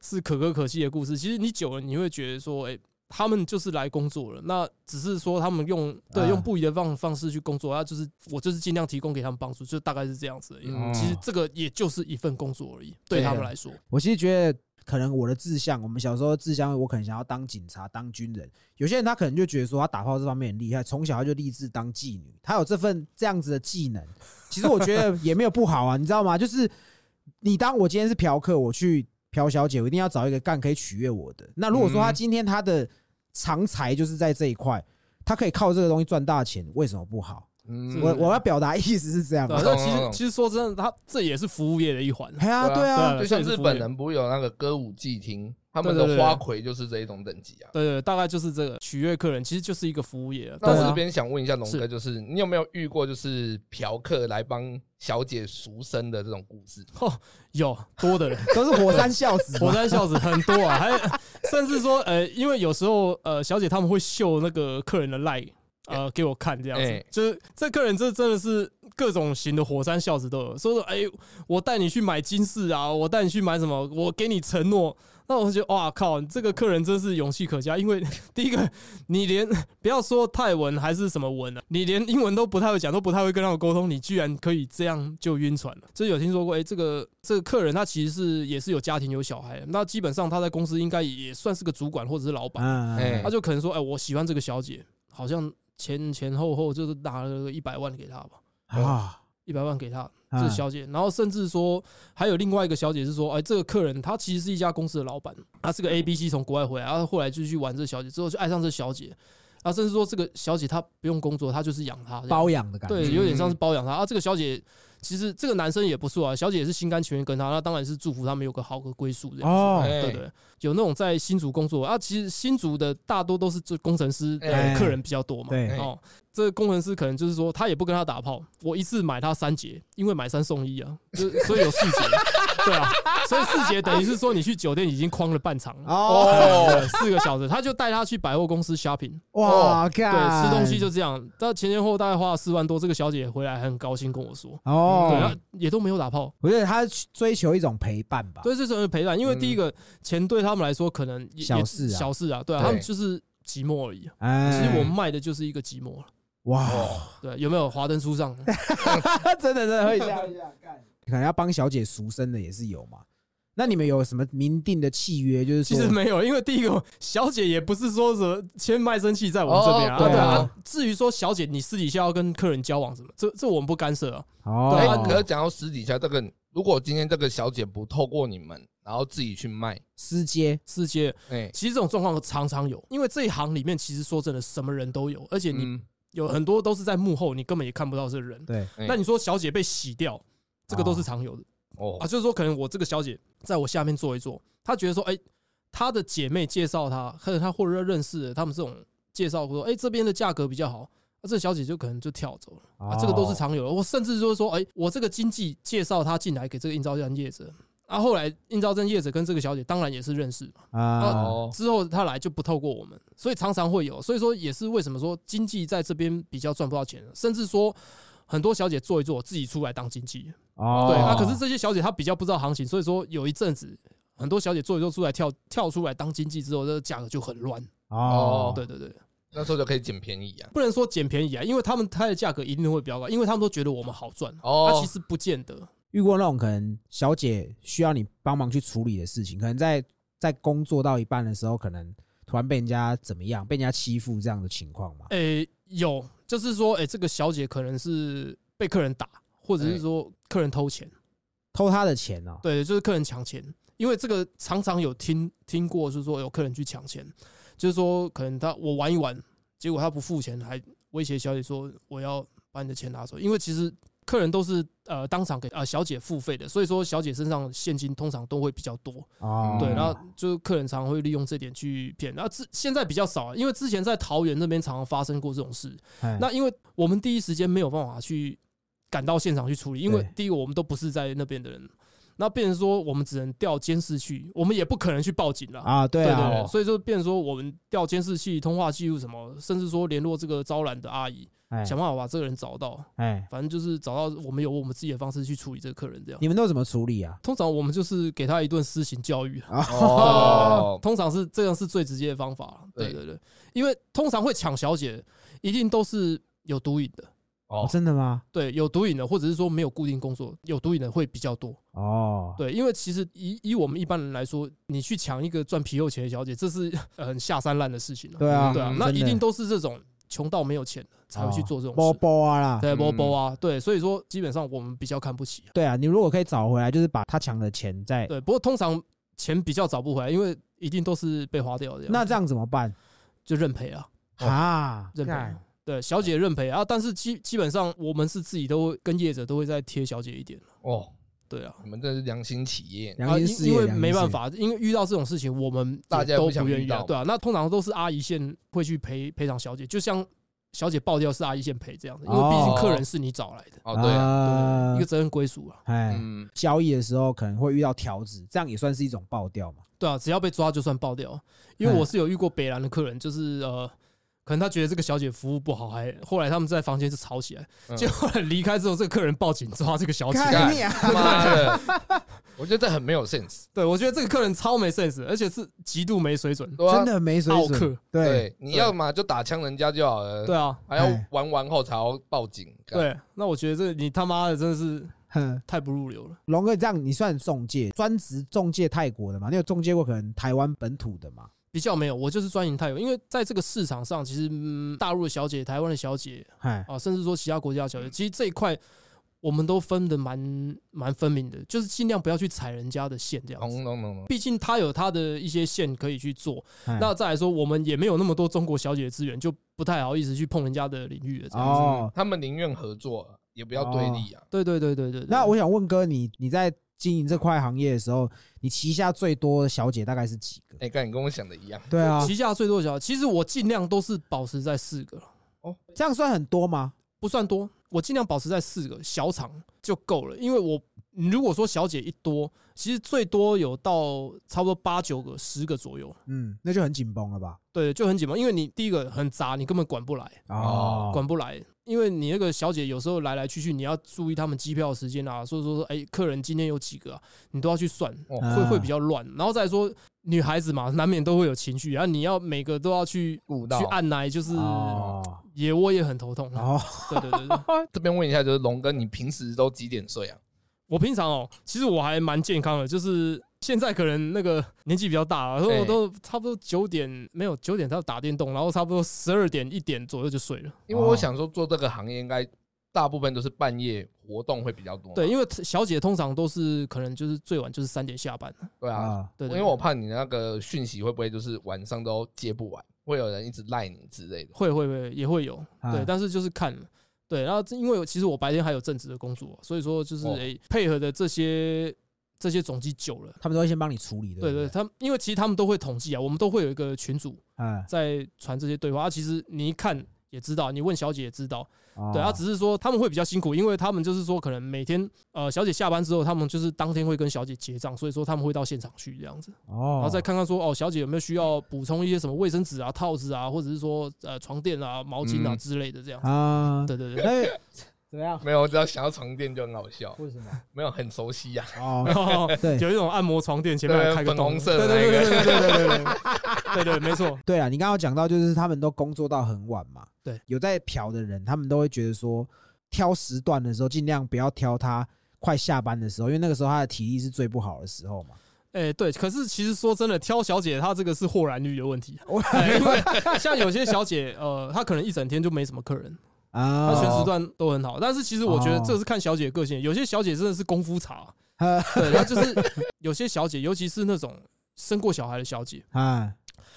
是可歌可泣的故事，其实你久了你会觉得说，哎、他们就是来工作了，那只是说他们用对
嗯
用不一的方方式去工作，那就是我就是尽量提供给他们帮助，就大概是这样子而已。
嗯
其实这个也就是一份工作而已，对
对
他们
啊
来说，
我其实觉得。可能我的志向，我们小时候的志向，我可能想要当警察、当军人。有些人他可能就觉得说他打炮这方面很厉害，从小他就立志当妓女，他有这份这样子的技能。其实我觉得也没有不好啊，你知道吗？就是你当我今天是嫖客，我去嫖小姐，我一定要找一个干可以取悦我的。那如果说他
嗯
今天他的长才就是在这一块，他可以靠这个东西赚大钱，为什么不好？
嗯
我我要表达意思是这样
对
啊
啊。
嗯
那
懂
其
懂
实
懂
其实说真的，他这也是服务业的一环。 [LAUGHS]
哎呀， [LAUGHS] 对
对
啊，
就像日本
对
人不是有那个歌舞伎厅，他们
对对
的
对
花魁就是这一种等级啊。
对对，大概就是这个取悦客人，其实就是一个服务业了。
那
但
我
是
这边想问一下龙
啊是
哥，就是你有没有遇过就是嫖客来帮小姐赎身的这种故事？
有多
[LAUGHS]
的人，
都是火山孝子嘛
火。山孝子很多啊，还甚至说呃，因为有时候呃，小姐他们会秀那个客人的赖。呃，给我看这样子
哎，
就是这客人这真的是各种型的火山孝子都有，说说哎、我带你去买金饰啊，我带你去买什么，我给你承诺。那我就觉得哇靠，这个客人真是勇气可嘉，因为第一个你连不要说泰文还是什么文了、啊你连英文都不太会讲，都不太会跟他们沟通，你居然可以这样就晕船了。这有听说过，哎、这个这个客人他其实是也是有家庭有小孩的，那基本上他在公司应该也算是个主管或者是老板，
嗯，
哎
他就可能说，哎、我喜欢这个小姐，好像前前后后就是拿了一百万给她吧，
啊，
一百万给她。
嗯
这小姐，然后甚至说还有另外一个小姐是说，哎，这个客人他其实是一家公司的老板，他是
嗯
个 A B C 从国外回来，然后后来就去玩这小姐，之后就爱上这小姐，啊，甚至说这个小姐她不用工作，她就是养她这样
包养嗯的感觉。
对，有点像是包养她啊。这个小姐其实这个男生也不错啊，小姐也是心甘情愿跟他，那当然是祝福他们有个好的归宿这样子。
哦
哎
对对，有那种在新竹工作啊，其实新竹的大多都是做工程师的
哎
客人比较多嘛。
对
哦，这个工程师可能就是说他也不跟他打炮，我一次买他三节，因为买三送一啊，就所以有
[LAUGHS]
四节，对啊，所以四节等于是说你去酒店已经框了半场了。
哦，
对，四个小时，他就带他去百货公司 shopping，
哇，
哦
哎
对，
对
吃东西就这样。但前前后后大概花了四万多，这个小姐回来还很高兴跟我说，嗯对，
哦
她，也都没有打炮，
我觉得他追求一种陪伴吧。
对，这是陪伴，因为第一个钱对他们来说可能也
小
也
事啊
小事啊，对啊，
对
他们就是寂寞而已啊。
哎，
其实我们卖的就是一个寂寞了，啊
哇，
哦，
对，有没有华灯初上？
[LAUGHS]
啊
真的真的会吓一下，干可能要帮小姐赎身的也是有嘛。那你们有什么明定的契约？就是
其
说
实没有，因为第一个小姐也不是说什么签卖身契在我们这边啊。
哦
对
对啊
啊，至于说小姐你私底下要跟客人交往什么，这这我们不干涉啊。
[LAUGHS] 哎、
哦，
可是讲到私底下这个，如果今天这个小姐不透过你们，然后自己去卖，
私接
世界
哎、
其实这种状况常常有，因为这一行里面其实说真的什么人都有，而且你
嗯，
有很多都是在幕后，你根本也看不到这个人。
对
哎
那你说小姐被洗掉，这个都是常有的。啊，
哦，
就是说可能我这个小姐在我下面坐一坐，她觉得说，哎、她的姐妹介绍她，或者她或者认识的他们这种介绍说，哎、这边的价格比较好，那、这小姐就可能就跳走了。啊，这个
哦
都是常有的。我甚至就是说，哎、我这个经纪介绍她进来给这个应招站业者。啊，后来应招站业者跟这个小姐当然也是认识嘛，
啊，
哦，
之后她来就不透过我们，所以常常会有，所以说也是为什么说经纪在这边比较赚不到钱，甚至说很多小姐做一做自己出来当经纪，
哦，
对啊，可是这些小姐她比较不知道行情，所以说有一阵子很多小姐做一做出来跳跳出来当经济之后，这个价格就很乱。
哦，
对对对，
那时候就可以捡便宜啊。
不能说捡便宜啊，因为他们开的价格一定会比较高，因为他们都觉得我们好赚。
哦，
啊，其实不见得。
遇过那种可能小姐需要你帮忙去处理的事情，可能在在工作到一半的时候，可能突然被人家怎么样，被人家欺负这样的情况嘛？
诶，有，就是说，诶，这个小姐可能是被客人打，或者是说客人偷钱，
偷她的钱哦、
对，就是客人抢钱。因为这个常常有听听过，就是说有客人去抢钱，就是说可能他我玩一玩，结果他不付钱，还威胁小姐说我要把你的钱拿走，因为其实客人都是呃当场给呃小姐付费的，所以说小姐身上的现金通常都会比较多，
哦
嗯对，然后就是客人常会利用这点去骗，然后之现在比较少，啊因为之前在桃园那边常常发生过这种事，
嘿
那因为我们第一时间没有办法去赶到现场去处理，因为
对
第一个我们都不是在那边的人，那变成说我们只能调监视器，我们也不可能去报警了。
啊，对
对
啊，
对，所以就变成说我们调监视器、通话记录什么，甚至说联络这个招揽的阿姨，
哎
想办法把这个人找到。
哎，
反正就是找到我们有我们自己的方式去处理这个客人这样。
你们都怎么处理啊？
通常我们就是给他一顿私刑教育，啊
哦，
[LAUGHS] 通常是这样是最直接的方法。对
对
对对，因为通常会抢小姐，一定都是有毒瘾的。
哦
哦，
真的吗？
对，有毒瘾的，或者是说没有固定工作，有毒瘾的会比较多。
哦，
对，因为其实以以我们一般人来说，你去抢一个赚皮肉钱的小姐，这是 [LAUGHS] 呃很下三滥的事情了、
对啊，
对啊
嗯，
那
真的
一定都是这种穷到没有钱的才会去做这种
包
事，
包啊啦，
对，
嗯
波波啊，对，所以说基本上我们比较看不起啊。
对啊，你如果可以找回来，就是把他抢的钱再，
对，不过通常钱比较找不回来，因为一定都是被花掉的。
那这样怎么办
就认赔啊，
哦
啊？
认赔
干
啊。对，小姐认赔啊，但是基基本上我们是自己都会跟业者都会再贴小姐一点。
哦，
对啊，
你们这是良心企业，
良
啊，
心
因
事业
因为
良心
没办
事业
法，因为遇到这种事情，我们
大
也
家也
都
不想
不愿
遇
意啊，
到
对啊，那通常都是阿姨线会去赔赔偿小姐，就像小姐爆掉是阿姨线赔这样的，因为毕竟
哦
客人是你找来的，
哦，对啊，
对
啊
一个责任归属啊，
哎，
嗯，
交易的时候可能会遇到调子，这样也算是一种爆掉嘛？
对啊，只要被抓就算爆掉，因
嗯
为我是有遇过北兰的客人，就是呃。可能他觉得这个小姐服务不好，还后来他们在房间就吵起来，
嗯
结果离开之后，这个客人报警抓这个小姐。
干
你啊！
妈的，我觉得这很没有 sense，
[LAUGHS] 对我觉得这个客人超没 sense，而且是极度没水准，
对啊
真的没水
奥
准
克。，
对，
对，你要嘛就打枪人家就好了，
对，啊，
还要
哎
玩完后才要报警，干，
对。那我觉得这你他妈的真的是
哼，
太不入流了。
龙哥，这样你算中介，专职中介泰国的嘛？你有中介过可能台湾本土的嘛？
比较没有，我就是专营泰国，因为在这个市场上，其实、嗯、大陆的小姐、台湾的小姐
嗨，
啊，甚至说其他国家的
嗯
小姐，其实这一块我们都分的蛮蛮分明的，就是尽量不要去踩人家的线这样子。
懂懂懂懂，
毕竟他有他的一些线可以去做，
嗨
那再来说，我们也没有那么多中国小姐的资源，就不太好意思去碰人家的领域了。这样子，
哦，
他们宁愿合作，也不要对立啊，
对对对对对对。
那我想问哥，你你在经营这块行业的时候，你旗下最多的小姐大概是几个？
哎，干，你跟我想的一样，
对啊，
旗下最多的小姐，其实我尽量都是保持在四个，
这样算很多吗？
不算多，我尽量保持在四个小厂就够了。因为我你如果说小姐一多，其实最多有到差不多八九个、十个左右，
嗯，那就很紧绷了吧？
对，就很紧绷。因为你第一个很杂，你根本管不来，啊
哦
管不来。因为你那个小姐有时候来来去去，你要注意他们机票的时间啊，所以说，哎，客人今天有几个啊，你都要去算，
啊
会会比较乱。然后再说女孩子嘛，难免都会有情绪，然啊后你要每个都要去
顾到
去。按来，就是
哦，
也我也很头痛。啊
然后
对对对对。
这边问一下，就是龙哥，你平时都几点睡啊？
我平常哦，其实我还蛮健康的，就是现在可能那个年纪比较大了，然后我
哎
都差不多九点没有九点到打电动，然后差不多十二点一点左右就睡了。
因为我想说，做这个行业应该大部分都是半夜活动会比较多。
对，因为小姐通常都是可能就是最晚就是三点下班。
对啊，
啊，
对对
因为我怕你那个讯息会不会就是晚上都接不完，会有人一直赖你之类的。
会会会也会有，
啊
对，但是就是看。对，然后这因为其实我白天还有正职的工作，所以说就是
哦
诶、配合的这些这些总计久了，
他们都会先帮你处理的。
对对，他们因为其实他们都会统计啊，我们都会有一个群组
哎，
在传这些对话，啊、其实你一看也知道，你问小姐也知道，
哦
对，他只是说他们会比较辛苦，因为他们就是说可能每天呃小姐下班之后，他们就是当天会跟小姐结账，所以说他们会到现场去这样子，
哦，
然后再看看说哦小姐有没有需要补充一些什么卫生纸啊、套子啊，或者是说呃床垫啊、毛巾啊
嗯
之类的这样。
啊，[LAUGHS]
对对对， [LAUGHS]
那怎么样？
没有，我只要想到床垫就很好笑，
为什么？
没有很熟悉呀、
[LAUGHS] 哦，
然后
对
有一种按摩床垫前面还开个
对粉
洞
红色
对对
的
对对对对
那
对对对对对，没错，
对啊，你刚刚有讲到就是他们都工作到很晚嘛，
对，
有在嫖的人，他们都会觉得说，挑时段的时候尽量不要挑他快下班的时候，因为那个时候他的体力是最不好的时
[LAUGHS]
候嘛。
哎对，可是其实说真的，挑小姐她这个是豁然率的问题，
我
[LAUGHS] 哎因为像有些小姐呃，她可能一整天就没什么客人，
啊
他全时段都很好，但是其实我觉得这是看小姐的个性，有些小姐真的是功夫茶，
呵 [LAUGHS]
对，她就是有些小姐，尤其是那种生过小孩的小姐，
啊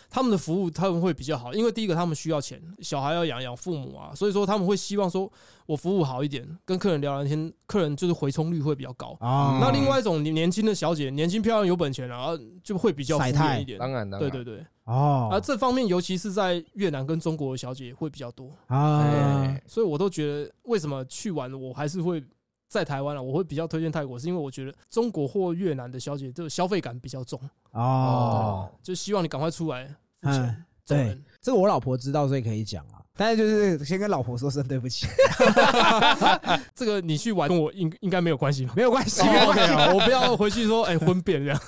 他们的服务他们会比较好，因为第一个他们需要钱，小孩要养养父母啊，所以说他们会希望说我服务好一点，跟客人聊聊天，客人就是回充率会比较高。
啊
那另外一种年轻的小姐，年轻漂亮有本钱，然后就会比较敷
甩态
衍一点。
当然，当
对
然，
对对，啊，
哦
这方面尤其是在越南跟中国的小姐会比较多，
啊
哎，
所以我都觉得为什么去玩我还是会在台湾啊，我会比较推荐泰国，是因为我觉得中国或越南的小姐这个消费感比较重，
哦，
就希望你赶快出来付钱
嗯，
走
对
人。
这个我老婆知道，所以可以讲啊。但是就是先跟老婆说声对不起，
这个你去玩跟我应应该没有关系吧？ [LAUGHS]
没有关系，
应
没
该
有
没
关系
[LAUGHS] 有，我不要回去说哎婚变这样。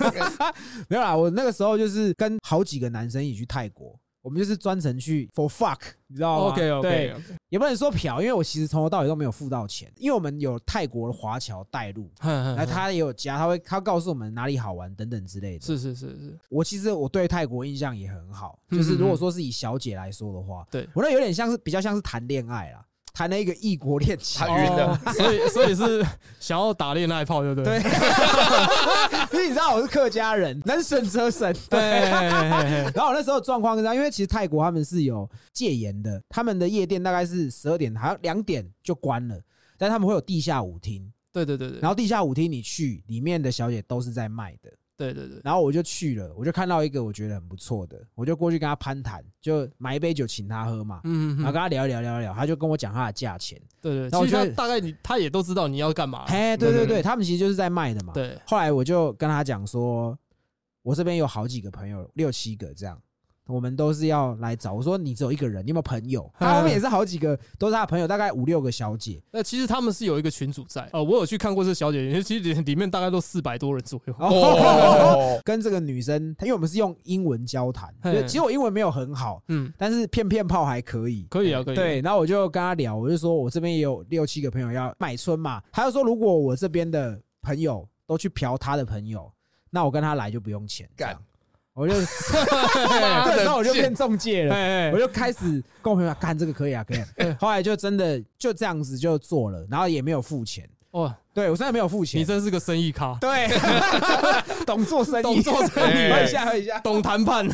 没有啦，我那个时候就是跟好几个男生一起去泰国，我们就是专程去 for fuck，你知道吗
OK
对
OK，
也不能说嫖，因为我其实从头到尾都没有付到钱，因为我们有泰国的华侨带路，
嗯
然后他也有加，他会他告诉我们哪里好玩等等之类的。
是是是是，
我其实我对泰国印象也很好，
嗯
就是如果说是以小姐来说的话，
对
我那有点像是比较像是谈恋爱啦，谈了一个异国恋情
他。晕了
哦，所以所以是想要打恋爱炮，对不
对
对？，
因 [LAUGHS] 为你知道我是客家人，能省则省。
对嘿嘿嘿
然后我那时候状况是这样，因为其实泰国他们是有戒严的，他们的夜店大概是十二点，好像两点就关了，但他们会有地下舞厅，
对对对对，
然后地下舞厅你去，里面的小姐都是在卖的。
对对对，
然后我就去了，我就看到一个我觉得很不错的，我就过去跟她攀谈，就买一杯酒请她喝嘛，
嗯，
然后跟
嗯
她聊一聊聊一聊，她就跟我讲她的价钱。
对
然
对，
后
其实
我
他
就
大概你他也都知道你要干嘛，
哎，对对
对
对，他们其实就是在卖的嘛。。
对，
后来我就跟她讲说，我这边有好几个朋友，六七个这样。我们都是要来找我说你只有一个人，你有没有朋
[LAUGHS]
友？她后面也是好几个，都是她的朋友，大概五六个小姐。
那其实他们是有一个群组在，呃，我有去看过这小姐，因为其实里里面大概都四百多人左右，
哦，
哦，
跟这个女生，她因为我们是用英文交谈，
嘿
对其实我英文没有很好，
嗯，
但是骗骗炮还可以。
可以啊，可以，，
对，然后我就跟他聊，我就说我这边也有六七个朋友要买春嘛，他就说如果我这边的朋友都去嫖他的朋友，那我跟他来就不用钱。这
干
样我
[LAUGHS]
就
妈的
这时候我就
贱
变中介了，
哎
我
哎，
就开始跟我朋友说干这个可以啊，可以啊、
嗯
后来就真的就这样子就做了，然后也没有付钱。
哇，
对我虽然没有付钱，
你真是个生意咖， [LAUGHS]
对懂做生意，
懂做生哎
意
喝一下喝一下。
懂谈判，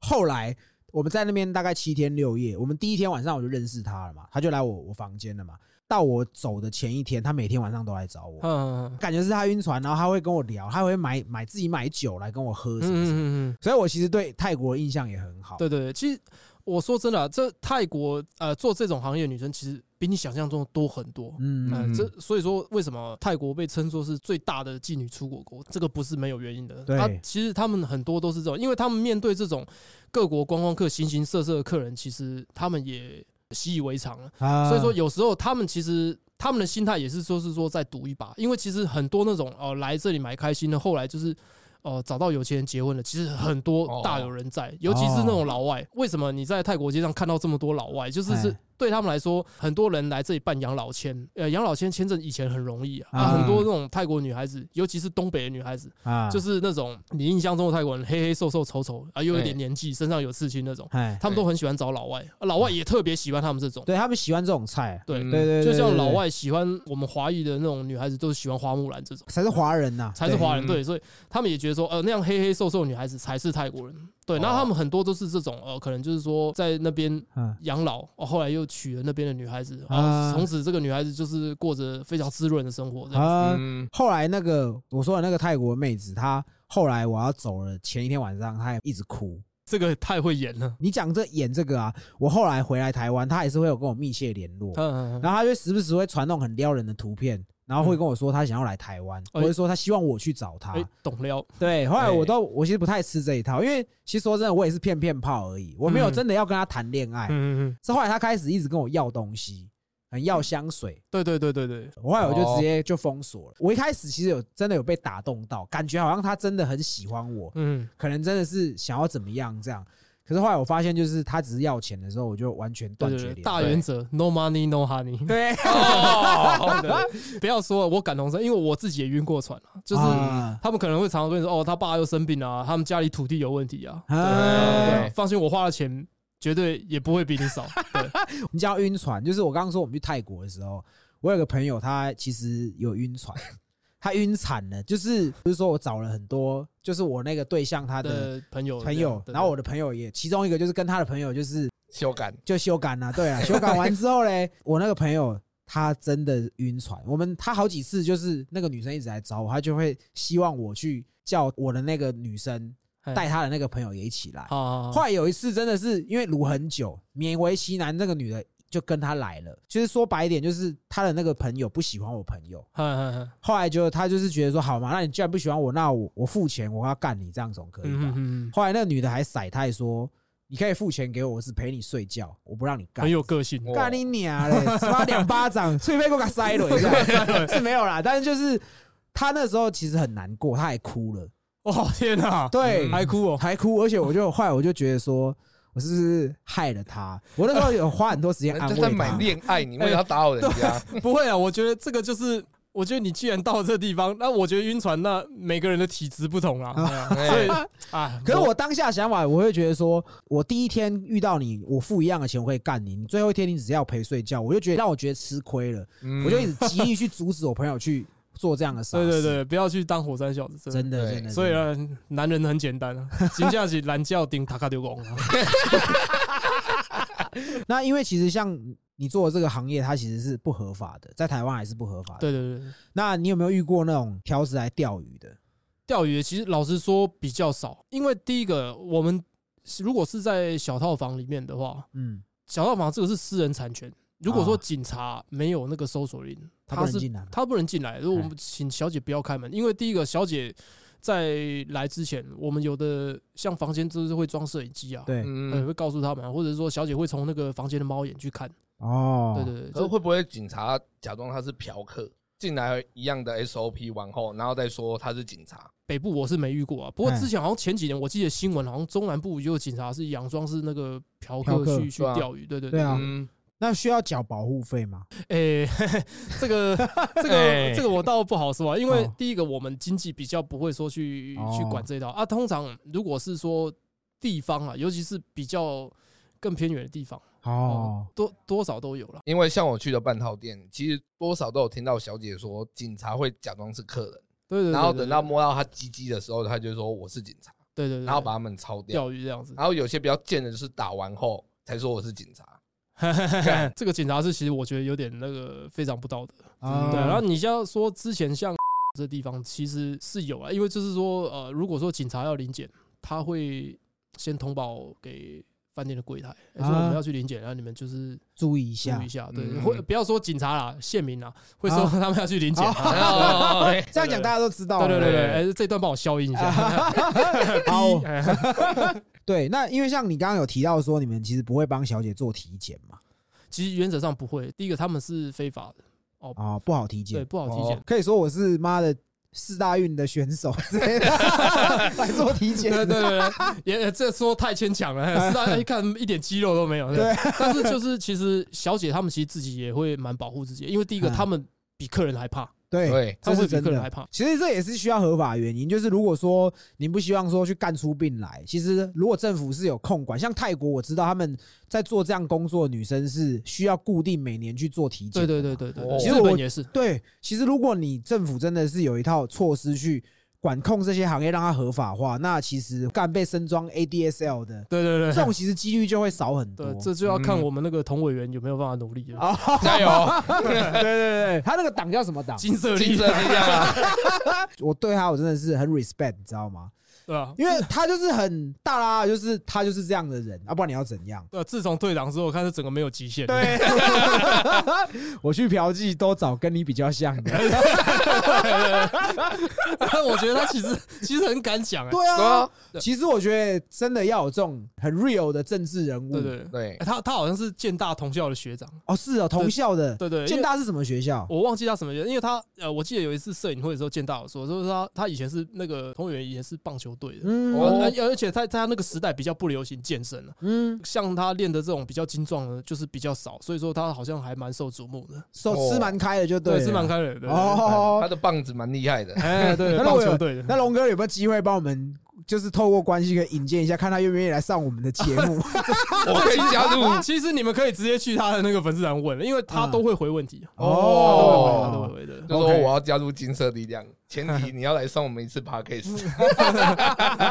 后来我们在那边大概七天六夜，我们第一天晚上我就认识他了嘛，他就来我我房间了嘛。到我走的前一天，他每天晚上都来找我，
嗯
感觉是他晕船，然后他会跟我聊，他会买买自己买酒来跟我喝
[LAUGHS] 嗯
什么什么。
嗯嗯，
所以我其实对泰国的印象也很好。
对对对，其实我说真的啊，这泰国呃做这种行业的女生，其实比你想象中的多很多，
嗯，
嗯，
嗯，
这所以说为什么泰国被称作是最大的妓女出国国，这个不是没有原因的。
对
啊，其实他们很多都是这种，因为他们面对这种各国观光客形形色色的客人，其实他们也习以为常了。
啊
所以说有时候他们其实。他们的心态也是说是说再赌一把，因为其实很多那种哦、呃来这里买开心的，后来就是呃找到有钱人结婚了，其实很多
哦
大有人在，尤其是那种老外。为什么你在泰国街上看到这么多老外？就是是
哎
对他们来说，很多人来这里办养老签，呃，养老签签证以前很容易啊，
啊
啊很多那种泰国女孩子，尤其是东北的女孩子，
啊
就是那种你印象中的泰国人，黑黑瘦瘦丑丑啊，又有点
哎
年纪，身上有刺青那种，
哎，
他们都很喜欢找老外，啊老外也特别喜欢他们这种，
对他们喜欢这种菜，啊
对
嗯
对对，
就
对
像老，
对
外喜欢我们华裔的那种女孩子，都是喜欢花木兰这种，
对才是华人呐，
才是
对
华人。
嗯
对，所以他们也觉得说，呃，那样黑黑瘦瘦的女孩子才是泰国人。对，那
哦
他们很多都是这种，呃，可能就是说在那边
嗯
养老，哦，后来又娶了那边的女孩子，
啊
啊，从此这个女孩子就是过着非常滋润的生活。这样
啊，
嗯，
后来那个我说的那个泰国妹子，她后来我要走了，前一天晚上她也一直哭。
这个太会演了。
你讲这演这个啊，我后来回来台湾，她也是会有跟我密切联络，
嗯，嗯嗯
然后她就时不时会传那种很撩人的图片，然后会跟我说她想要来台湾，
哎
或者说她希望我去找她
嗯哎。，懂了。
对，后来
哎
我都我其实不太吃这一套，因为其实说真的，我也是骗骗炮而已，我没有
嗯
真的要跟她谈恋爱。
嗯嗯嗯，
是后来她开始一直跟我要东西，很要香水，
对对对对对，
我后来我就直接就封锁了。我一开始其实有真的有被打动到，感觉好像他真的很喜欢我，
嗯，
可能真的是想要怎么样这样。可是后来我发现，就是他只是要钱的时候，我就完全
对
断绝
对对，
联
大
络。
原则，no money no honey。 [LAUGHS]
对，
哦，
对不要说了，我感同身，因为我自己也晕过船啊，就是
啊
他们可能会常常跟你说，哦，他爸又生病啊，他们家里土地有问题啊。
哎
对
啊
啊，放心，我花的钱绝对也不会比
[LAUGHS]
你少。对，
你讲到晕船，就是我刚刚说我们去泰国的时候，我有个朋友他其实有晕船，他晕惨了，就是不是说我找了很多，就是我那个对象他的
的朋友
朋友，然后我的朋友也其中一个就是跟他的朋友就是
修改
就修改了、对啊，修改完之后嘞，我那个朋友他真的晕船，我们他好几次就是那个女生一直来找我，他就会希望我去叫我的那个女生
嘿
带他的那个朋友也一起来。
啊，
后来有一次真的是因为撸很久，勉为其难，那个女的就跟他来了。其实说白一点，就是他的那个朋友不喜欢我朋友，
嗨嗨嗨，
后来就他就是觉得说，好嘛，那你既然不喜欢我，那我我付钱，我要干你，这样总可以吧？
嗯，
后来那个女的还甩他说，你可以付钱给我，我只陪你睡觉，我不让你干
很。有
[LAUGHS]
个性，
干你娘嘞！他妈两巴掌，翠飞给我给塞了一下， [LAUGHS] 是没有啦。但是就是他那时候其实很难过，他还哭了，
哦天哪，
对，
还哭哦，
还哭，而且我就后来我就觉得说，我是不是害了他？我那时候有花很多时间安
人
慰
家在买
他。
恋爱，你为什么要打扰人
[LAUGHS]
家？
不会啊，我觉得这个就是。我觉得你既然到了这地方，那我觉得晕船，那每个人的体质不同啦，对啊
哎
所以啊，
可是我当下想法，我会觉得说，我第一天遇到你，我付一样的钱，我会干你；你最后一天你只要陪睡觉，我就觉得让我觉得吃亏了，
嗯
我就一直极力去阻止我朋友去做这样的事。
对对，对，不要去当火山小子，真
真
的。
的
对
真的。
所以
真的，
啊，男人很简单啊，金价是蓝教顶塔卡丢拱啊，
那因为其实像你做的这个行业，它其实是不合法的，在台湾还是不合法的。
对对对对，
那你有没有遇过那种挑子来钓鱼的？
钓鱼其实老实说比较少，因为第一个我们如果是在小套房里面的话，
嗯，
小套房这个是私人产权，如果
啊
说警察没有那个搜索令，
他不
他
能
是
进来吗
他不能进来。如果我们请小姐不要开门，因为第一个小姐在来之前，我们有的像房间就是会装摄影机啊，
对，
呃，
嗯，
会告诉他们啊，或者说小姐会从那个房间的猫眼去看，
哦，
对对对，
可是
这
会不会警察假装他是嫖客进来一样的 SOP 完后，然后再说他是警察？
北部我是没遇过啊，不过
哎
之前好像前几年我记得新闻，好像中南部有警察是佯装是那个嫖
嫖
客
客
去去
对啊
钓鱼，对对
对啊
嗯，
那需要缴保护费吗？
诶、 [LAUGHS] 嘿嘿这
[LAUGHS]
个这
哎
个这个我倒不好说啊，因为
哦
第一个我们经济比较不会说去、
哦
去管这一套啊。通常如果是说地方啊，尤其是比较更偏远的地方，
哦，
多多少都有了。
因为像我去的半套店，其实多少都有听到小姐说，警察会假装是客人，
对对对
然后等到
对
摸到他鸡鸡的时候，他就说我是警察，
对对对，
然后把他们抄掉。
钓鱼这样子。
然后有些比较贱的，就是打完后才说我是警
[LAUGHS]
察。干
这个警察是其实我觉得有点那个非常不道德。
啊
嗯对，然后你像说之前像 [LAUGHS] 这地方其实是有啊，因为就是说呃，如果说警察要临检，他会先通报给饭店的柜台，欸说我
啊
们要去临检，然后你们就是
注意一
注
下
意一。下，对，
嗯
或不要说警察啦，县民啦，会说
啊
[LAUGHS] 他们要去临检啊。
哦哎
这样讲大家都知道了。
对对对对，
对
哎，这段帮我消音一下。
啊好，
哎
对，那因为像你刚刚有提到说，你们其实不会帮小姐做体检嘛？
[LAUGHS] 其实原则上不会，第一个他们是非法的，
啊，不好体
对，
检，
不好体检
哦。
可以说我是妈的四大运的选手之
[LAUGHS]
类的来做体检。
对对对，
[LAUGHS]
对也也这说太牵强了，哎是大家一看一点肌肉都没有。
对，
但是就是其实小姐她们其实自己也会蛮保护自己的，因为第一个
嗯
她们比客人还
[LAUGHS]
怕，
对
对
这
她
是
会比
真
客人还
的。
怕。
其实这也是需要合法原因，就是如果说您不希望说去干出病来，其实如果政府是有控管，像泰国我知道他们在做这样工作的女生是需要固定每年去做体检
对
的嘛。
对对对对，
哦
对
其
实
日本
我
也是。
对，其实如果你政府真的是有一套措施去管控这些行业，让它合法化，那其实干被升装 ADSL
[LAUGHS]
的
对对
这
对
种，其实几率就会少很多
对，。这就要看
嗯
我们那个童委员有没有办法努力了。
啊，
[LAUGHS]
加油，
对对对，他那个党叫什么党？
金色
精
力
神，力量啊！
我对他我真的是很 respect，你知道吗？
对啊吧？
因为他就是很大啦，就是他就是这样的人啊，不然你要怎样？
对，自从退党之后，我看是整个没有极限。
对，我去嫖妓都找跟你比较像的。
[LAUGHS] 我觉得他其实其实很敢讲
[LAUGHS]
哎。
对
对
啊
啊，，
其实我觉得真的要有这种很 real 的政治人物。
对对对，
对
哎，他他好像是建大同校的学长。
哦，是哦，同校的。
对对，因
建
为
大是什么学校？
我忘记他什么原因，因为他呃，我记得有一次摄影会的时候见到我说，说他他以前是那个同学，以前是棒球队的，
嗯
哦
而而且他他那个时代比较不流行健身了、
嗯，
像他练的这种比较精壮的，就是比较少，所以说他好像还蛮受瞩目的，
手哦吃蛮开的就对
对，
了，
是蛮开朗的。对
哦。
他的棒子蛮厉害的。
哎，
[LAUGHS]
对，
那
棒
我有
球队的，
那龙哥有没有机会帮我们就是透过关系可以引荐一下，看他愿不愿意来上我们的节目。
我可以加入
其实你们可以直接去他的那个粉丝团问，因为他都会回问题，
啊哦
他都会回，他都
哦
会。
[LAUGHS]
回的。
就说
OK
我要加入金色力量，前提你要来上我们一次 podcast。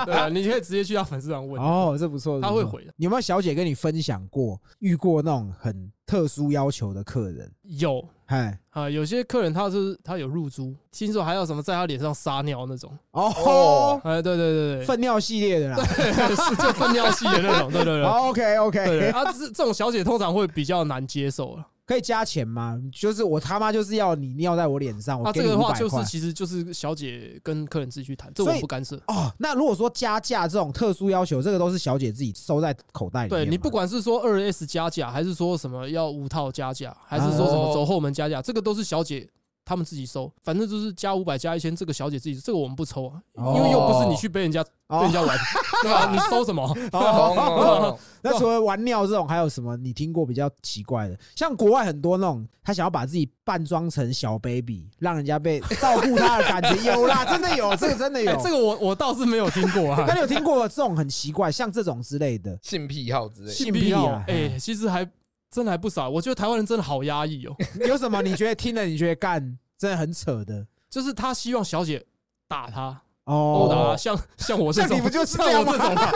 对啊， [LAUGHS] 你可以直接去他粉丝团问。
哦，这不错，
他
这不错
会回的。
你有没有小姐跟你分享过遇过那种很特殊要求的客人？
有
嗨，
啊，有些客人他是他有入珠，听说还有什么在他脸上撒尿那种。
哦，
哎，对 [LAUGHS] 对对对，
粪尿系列的啦。
是就粪尿系的 [LAUGHS] 那种。对对对。
OK
对
OK，
哦啊，这这种小姐通常会比较难接受啊了。
可以加钱吗？就是我他妈就是要你尿在我脸上，
那
我给
啊这
你
个的话，
500
就是
块
其实就是小姐跟客人自己去谈，这
所
我
以
不干涉。
哦。那如果说加价这种特殊要求，这个都是小姐自己收在口袋里面嘛。
对哎你不管是说二 S 加价，还是说什么要五套加价，还是说什么
哦
走后门加价，这个都是小姐她们自己收，反正就是加五百加一千，这个小姐自己，这个我们不抽啊，
哦
因为又不是你去被人家被人
哦
家玩，对吧？你收什么？
哦。
哦，
那除了玩尿这种，还有什么你听过比较奇怪的？像国外很多那种，他想要把自己扮装成小 baby，让人家
[LAUGHS]
被照顾他的感觉，有啦，真的有，这个真的有
哎，，这个我我倒是没有听过啊
那。你有听过这种很奇怪，像这种之类的？
性癖好之类的，
性癖
要
啊
哎，其实还真的还不少，我觉得台湾人真的好压抑哦， [LAUGHS]
有什么你觉得听了你觉得干真的很扯的？
就是他希望小姐打他。殴打
哦，
他，像像我这
像
种，
你不就是
像
这样
我
吗
这种吧？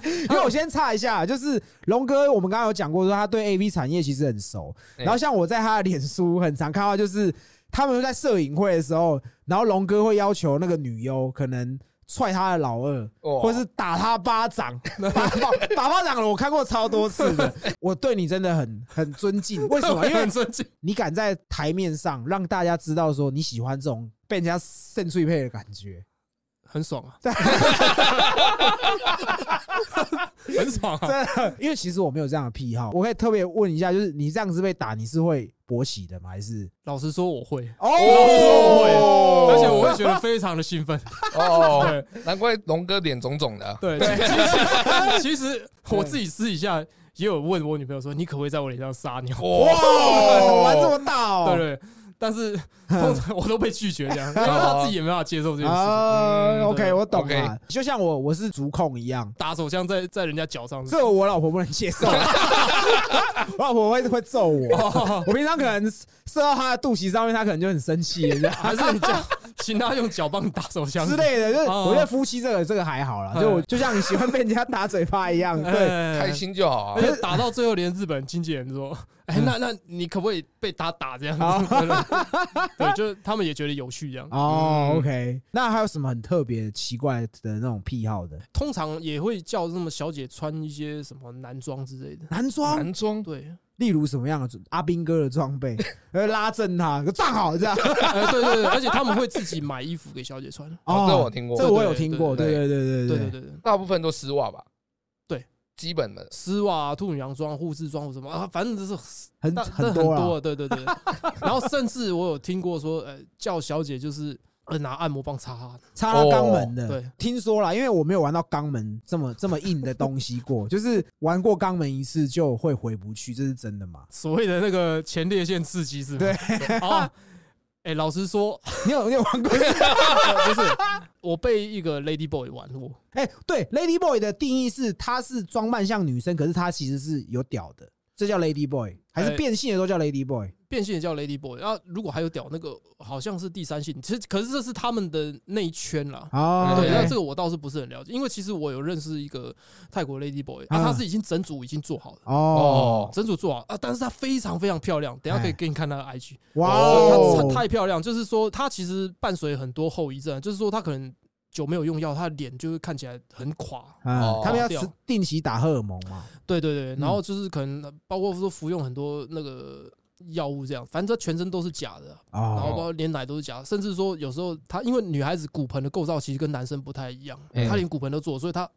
对，
[LAUGHS] 因为我先岔一下，就是龙哥，我们刚刚有讲过说他对 A V 产业其实很熟，
哎
然后像我在他的脸书很常看到，就是他们在摄影会的时候，然后龙哥会要求那个女优可能踹他的老二，
哦
或是打他巴掌，打巴打巴掌了，我看过超多次的。我对你真的很很尊敬， [LAUGHS] 为什么？因为
很尊敬。
你敢在台面上让大家知道说你喜欢这种被人家肾碎配的感觉。 [LAUGHS]
很爽啊，很爽啊！
真的，因为其实我没有这样的癖好，我可以特别问一下，就是你这样子被打，你是会勃起的吗？还是
老实说，我会，
哦，
我而且我会觉得非常的兴
[LAUGHS]
奋。
哦，
对
难怪龙哥脸肿肿的啊。
对，其实其实我自己私底下也有问我女朋友说，你可不可以在我脸上撒尿？
哦哇，玩这么大
对
哦，
对，但
[LAUGHS]
是通常我都被拒绝这样，因为
哦
她自己也没办法接受这件事情。
啊
嗯
，OK，
对
我懂
OK
了，就像我我是足控一样，
打手枪在在人家脚上，
这我老婆不能接受，我老婆会会揍我，我平常可能射到她的肚脐上面，她可能就很生气了这样
还是你叫请她用脚帮你打手枪
之？类的，就是
哦
我觉得夫妻这个这个还好啦，就我就像你喜欢被人家打嘴巴一样，对，
哎
开心就好
而
啊。
且打到最后，连日本经纪人说：“哎、那那你可不可以被他打这样
嗯好
子？” [LAUGHS] 对，就是他们也觉得有趣这样。
哦、
嗯
o k 那还有什么很特别、奇怪的那种癖好的
通常也会叫什么小姐穿一些什么男装之类的。
男装？
男
[LAUGHS]
装
对，
例如什么样的阿兵哥的装备，呃，拉正他，站好这样。
呃，对对对，而且他们会自己买衣服给小姐穿。
哦，这我听过，
这我有听过，对对对
对
对
对
对
对。
对对，
大部分都丝袜吧？
对，
基本的。
丝袜、啊、兔女洋装、护士装或什么啊，反正就是
很
但
很
这很
多啊
多啊
啦。
了，对对 [LAUGHS] 对。然后甚至我有听过说，呃，叫小姐就是呃拿按摩棒擦她，
插到肛门的，
哦对，
听说啦，因为我没有玩到肛门这么这么硬的东西过，就是玩过肛门一次就会回不去，这是真的吗？
所谓的那个前列腺刺激是吗？
对，
[LAUGHS] 啊，哎、老实说，
你有你有玩过？
呃不是， [LAUGHS] 我被一个 Lady Boy 玩过，
哎，对，Lady Boy 的定义是它是装扮像女生，可是它其实是有屌的，这叫 Lady Boy，还是
哎
变性的都叫 Lady Boy？
变性也叫 Lady Boy，然后如果还有屌那个，好像是第三性，其实可是这是他们的内圈啦。
哦，
对，
OK
那这个我倒是不是很了解，因为其实我有认识一个泰国 Lady Boy，啊，
啊
他是已经整组已经做好了，
哦，
哦
整组做好啊，但是她非常非常漂亮，等一下可以给你看她的 IG，
哇
哦
她
哦，
太漂亮，就是说她其实伴随很多后遗症，就是说她可能久没有用药，她的脸就会看起来很垮，
啊
哦
他们要吃定期打荷尔蒙嘛？
对对对，
嗯
然后就是可能包括说服用很多那个药物这样，反正他全身都是假的，然后包
哦，
括连奶都是假的，甚至说有时候她因为女孩子骨盆的构造其实跟男生不太一样，
哎
嗯
她连骨盆都做，所以她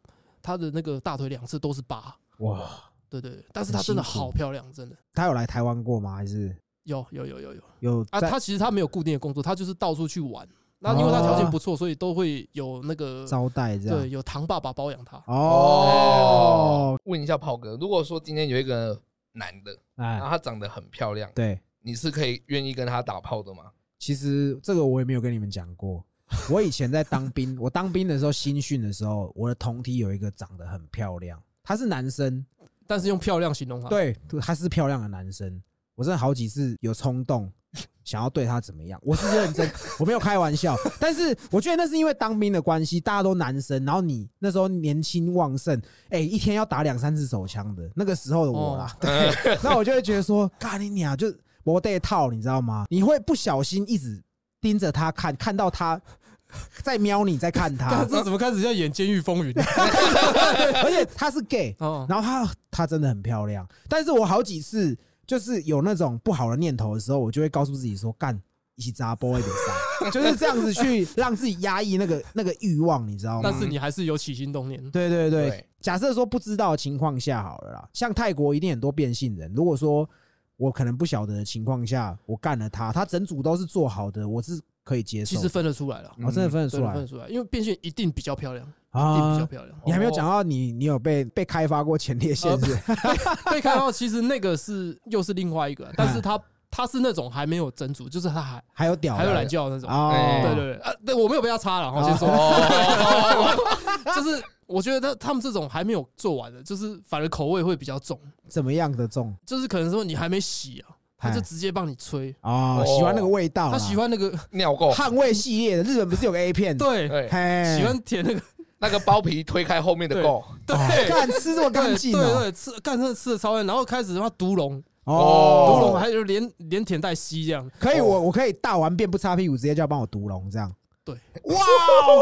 她的那个大腿两侧都是疤，
哇，
对对，对但是她真的
很辛苦
好漂亮，真的
他有来台湾过吗？还是
有有有有有
有
啊，
在
她其实她没有固定的工作，她就是到处去玩，那因为她条件不错，所以都会有那个
招待这
对哦
样？
有堂爸爸包养她，
哦，，
问一下炮哥，如果说今天有一个男的，然
啊
后
哎，
他长得很漂亮，
对，
你是可以愿意跟他打炮的吗？
[LAUGHS]
其实这个我也没有跟你们讲过，我以前在当兵，我当兵的时候新训的时候，我的同梯有一个长得很漂亮，他是男生，
但是用漂亮形容 [LAUGHS] 他，，
对，他是漂亮的男生。我真的好几次有冲动想要对他怎么样，我是认真， [LAUGHS] 我没有开玩笑。但是我觉得那是因为当兵的关系，大家都男生，然后你那时候年轻旺盛，哎，一天要打两三次手枪的，那个时候的我啦，对，那我就会觉得说，干你娘，就我得套，你知道吗？你会不小心一直盯着他看，看到他在瞄你，在看他
[LAUGHS] 但，这怎么开始要演《监狱
[LAUGHS]
风云》
而且他是 gay，
哦，
然后她她真的很漂亮，但是我好几次就是有那种不好的念头的时候，我就会告诉自己说干。一起砸波一点
[LAUGHS]
上，就是这样子去让自己压抑那个那个欲望，你知道吗
但？是你还是有起心动念，
对对对
对，
假设说不知道的情况下好了啦，像泰国一定很多变性人。如果说我可能不晓得的情况下，我干了他，他整组都是做好的，我是可以接受
其
的。
实分得出来了，
我
嗯
真的分得出
真的分
来
得出来，因为变性一定比较漂亮，一定比较
啊！
哦漂亮。
你还没有讲到你你有被被开发过前列
哦
腺是不是？
被看到，其实那个是又是另外一个，但是
嗯
他他是那种还没有整组，就是他还
还有屌的
还有懒觉那种。
哦
哎，
对对对，啊，对我没有被他插了，我先说，
哦， [LAUGHS]
就是我觉得他他们这种还没有做完的，就是反而口味会比较重，
怎么样的重
就是可能说你还没洗啊，他就
哎
直接帮你吹，
哦
哦，
喜欢那个味道啦，嗯
他喜欢那个
尿垢，
捍卫系列的。日本不是有个 A 片？，
对，
对，
嘿，
喜欢舔那个
那个包皮推开后面的垢，
哦
对。
干吃这么干净
对对
哦，
对，吃干真的吃的超干，然后开始他妈毒龙，毒
哦
龙
哦，
还有连连舔带吸这样，
可以，我我可以大完便不擦屁股，直接叫帮我毒龙这样。
哦对，
哇，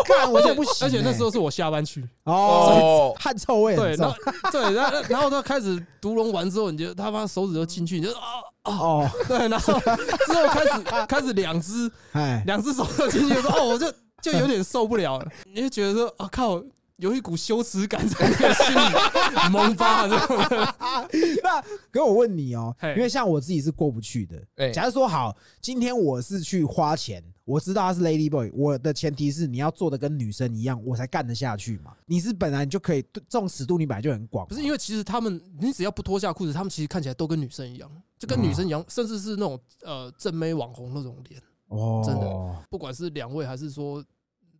干我
而
这
且
不行欸，
[LAUGHS] 而且那时候是我下班去，
哦，
哦，
汗臭味
对，
很
然
重
后对，然后然后他开始毒龙完之后，你就他妈手指都进去，你就啊，
哦，
对，然后之后开始开始两只
哎，
两只手都进去的时候，哦，我就就有点受不了了，你就觉得说啊靠，有一股羞耻感在那个心
[LAUGHS]
里萌发，这种
[LAUGHS] 那可我问你哦，
嘿
因为像我自己是过不去的。
哎
假如说好，今天我是去花钱，我知道他是 Lady Boy，我的前提是你要做的跟女生一样，我才干得下去嘛。你是本来你就可以这种尺度，你本来就很广嘛，
不是因为其实他们，你只要不脱下裤子，他们其实看起来都跟女生一样，就跟女生一样，甚至是那种呃正妹网红那种脸。
哦，
真的不管是两位还是说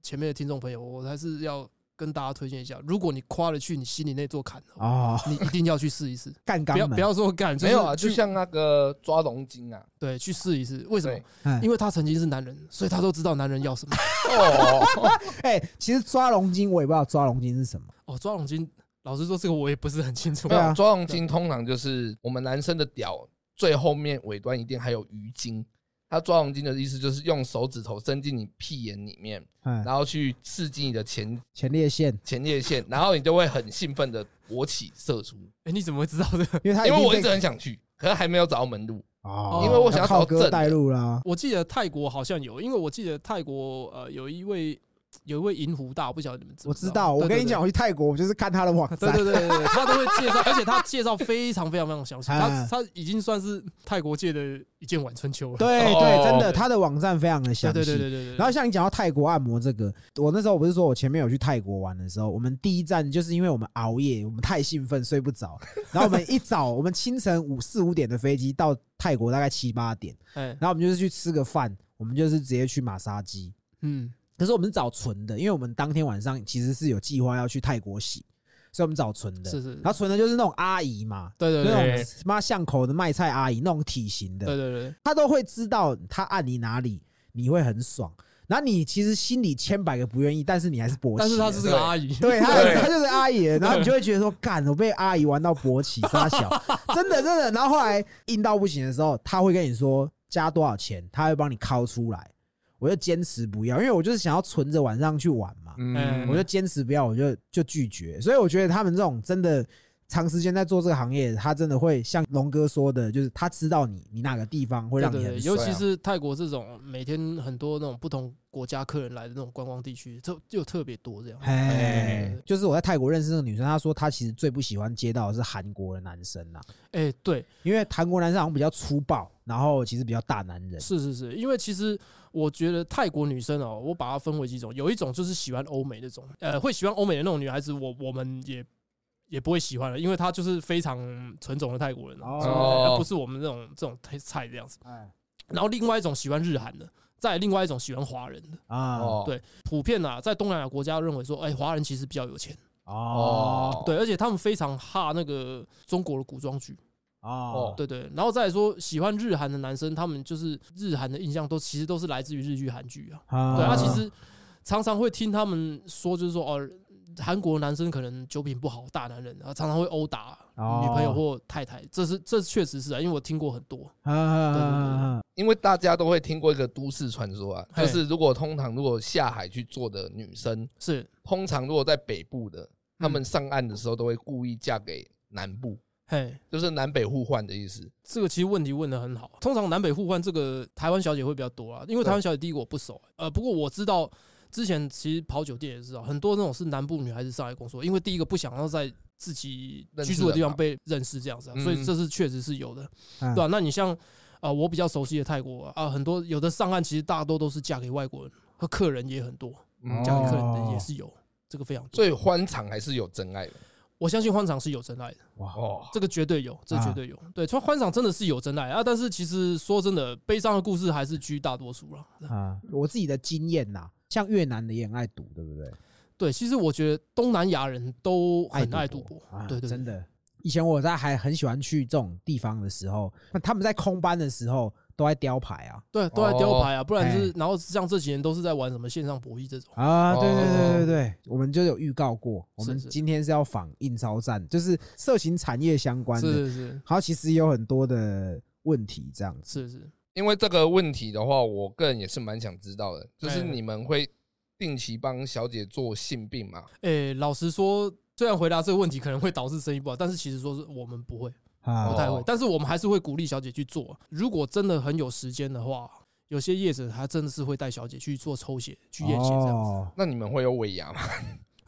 前面的听众朋友，我还是要跟大家推荐一下，如果你跨得去你心里那座坎，
哦，
你一定要去试一
[LAUGHS]
试，
干
不要
肛门
不要说干，
没有啊，
就
就是
去
像那个抓龙
[LAUGHS]
筋啊，
对去试一试，为什么
对？哎
嗯
因为他曾经是男人，所以他都知道男人要什么。
啊
哦，
哎、其实抓龙筋我也不知道抓龙筋是什么，
哦，抓龙筋，老实说，这个我也不是很清楚
没。
对啊
有抓龙筋通常就是我们男生的屌最后面尾端一定还有鱼筋。它抓龙筋的意思就是用手指头伸进你屁眼里面，
嗯，
然后去刺激你的前
前列腺，
前列腺，然后你就会很兴奋的勃起射出。
哎，你怎么会知道这个？ [LAUGHS]
因为他
因为我一直很想去，可是还没有找到门路。
哦，
因为
我想要
靠
找
哥
正
带路啦，
我记得泰国好像有，因为我记得泰国呃有一位有一位银狐大，我不晓得你们知不
我知道，我
对
跟你
对
讲，我去泰国我就是看他的网
对
站，
对对对，对，他都会介绍，而且他介绍非常非常非常
[LAUGHS]
详细，他
哎
他已经算是泰国界的一件晚春秋了。
对
哦
对，真的，他的网站非常的详
对
细，
对对对对对。
然后像你讲到泰国按摩这个，我那时候我不是说我前面有去泰国玩的时候，我们第一站就是因为我们熬夜，我们太兴奋睡不
[LAUGHS]
着，然后我们一早，我们清晨五四五点的飞机到泰国大概七八点，
哎
然后我们就是去吃个饭，我们就是直接去马杀鸡，
嗯
可是我们是找纯的，因为我们当天晚上其实是有计划要去泰国洗，所以我们找纯的，
是是，
然后啊纯的就是那种阿姨嘛。
对对
那
对对
种妈巷口的卖菜阿姨，那种体型的，
对对对，
他都会知道他按你哪里，你会很爽。然后你其实心里千百个不愿意，但是你还是勃起了。
但是他是个阿 [LAUGHS] 姨，
[LAUGHS] 对他
对
他就是阿姨，然后你就会觉得说，干，我被阿姨玩到勃起，傻小，真的真的。然后后来硬到不行的时候，他会跟你说加多少钱，他会帮你掏出来。我就坚持不要，因为我就是想要存着晚上去玩嘛，
嗯
我就坚持不要，我就就拒绝。所以我觉得他们这种真的。长时间在做这个行业，他真的会像龙哥说的，就是他知道你你哪个地方会
对
让
对
你很
对，
爽。
尤
帅
其
啊
是泰国这种每天很多那种不同国家客人来的那种观光地区，就就特别多这样。
哎
哎，
就是我在泰国认识那个女生，她说她其实最不喜欢接到的是韩国的男生啦，
哎，对，
因为韩国男生好像比较粗暴，然后其实比较大男人。
是是是，因为其实我觉得泰国女生哦，我把它分为几种，有一种就是喜欢欧美那种，呃，会喜欢欧美的那种女孩子，我我们也也不会喜欢了，因为她就是非常纯种的泰国人，啊
哦
哦，不是我们这种这种菜菜这样子。
哎，
然后另外一种喜欢日韩的，再来另外一种喜欢华人的，
啊
哦，
对普遍啊，在东南亚国家认为说，哎，华人其实比较有钱，
哦
对，而且他们非常哈那个中国的古装剧，
哦
哦，
对对。然后再来说喜欢日韩的男生，他们就是日韩的印象都其实都是来自于日剧、韩剧啊。
啊
对，他其实常常会听他们说，就是说哦，韩国男生可能酒品不好，大男人啊，常常会殴打
哦
女朋友或太太，这是这确实是啊，因为我听过很多。
啊啊
因为大家都会听过一个都市传说啊，
嘿
就是如果通常如果下海去做的女生，
是，
通常如果在北部的，
嗯
她们上岸的时候都会故意嫁给南部，
嘿，
就是南北互换的意思。
这个其实问题问的很好。通常南北互换，这个台湾小姐会比较多啊，因为台湾小姐第一个我不熟，呃，不过我知道。之前其实跑酒店也知道，很多那种是南部女孩子上来工作，因为第一个不想要在自己居住的地方被认识这样子、啊，
认识人嘛
所以这是确实是有的。
啊
对啊，那你像啊、呃我比较熟悉的泰国啊、啊很多有的上岸其实大多都是嫁给外国人，和客人也很多，
嗯，
嫁给客
哦
人的也是有，这个非常多。
所以欢场还是有真爱的
我相信欢场是有真爱的，
哇
哦。
这个绝对有，
啊
这绝对有。对，穿欢场真的是有真爱啊，但是其实说真的，悲伤的故事还是居大多数啦。
啊！我自己的经验呐，像越南的也很爱赌，对不对？
对，其实我觉得东南亚人都很爱赌博，
啊
对对对
真的。以前我在还很喜欢去这种地方的时候，那他们在空班的时候都在雕牌啊
对，都在雕牌啊，不然就是
哎
然后像这几年都是在玩什么线上博弈这种。
啊！
哦
对对对对对，我们就有预告过，我们
是是
今天是要仿印钞站，就是色情产业相关的。
是是
好，其实有很多的问题这样子。
是是，
因为这个问题的话，我个人也是蛮想知道的，就是
哎
你们会定期帮小姐做性病吗？
诶、老实说，虽然回答这个问题可能会导致生意不好，但是其实说是我们不会。
啊
不太会
哦，
但是我们还是会鼓励小姐去做。如果真的很有时间的话，有些业者他真的是会带小姐去做抽血、去验血这样子。 [LAUGHS]
哦 [LAUGHS]
那你们会有尾牙吗？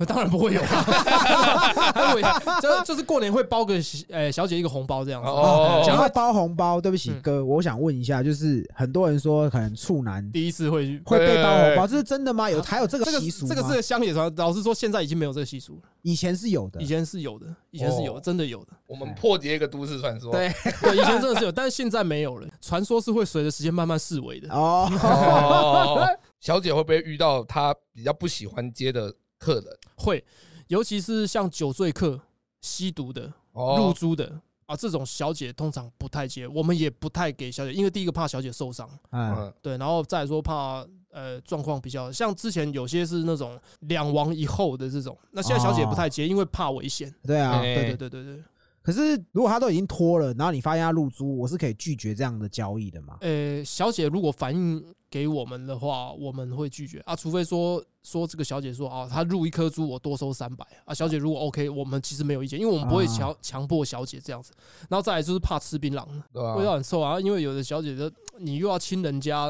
当然不会有啊啦，还会就就是过年会包给呃小姐一个红包这样子。
哦
讲
讲
到
到
包红包，对不起
嗯
哥，我想问一下，就是很多人说可能处男
第一次会去。
会被包红包，
哎
这是真的吗？有还有这个
啊这个
习俗吗
这个是个乡野传，老实说，现在已经没有这个习俗了。
以前是有的
以前是有的，以前是有的，
哦
真的有的。
我们破解一个都市传说。
对
对，以前真的是有，但是现在没有了。传说是会随着时间慢慢式微的。
哦，
哦，
[LAUGHS]
小姐会不会遇到她比较不喜欢接的客人？
会，尤其是像酒醉客、吸毒的、入
哦，
租的啊，这种小姐通常不太接，我们也不太给小姐，因为第一个怕小姐受伤，
嗯
嗯，
对，然后再来说怕呃状况比较像之前有些是那种两王以后的这种，那现在小姐也不太接，因为怕危险。
对啊。
哎
对对对对对，
可是如果他都已经脱了，然后你发现他入租，我是可以拒绝这样的交易的
[LAUGHS]
嘛？
呃，小姐如果反映给我们的话，我们会拒绝啊，除非说说这个小姐说啊，她入一颗珠我多收三百啊，小姐如果 OK，我们其实没有意见，因为我们不会
啊
强强迫小姐这样子，然后再来就是怕吃槟榔。
对吧？
味道很臭啊，因为有的小姐就你又要亲人家，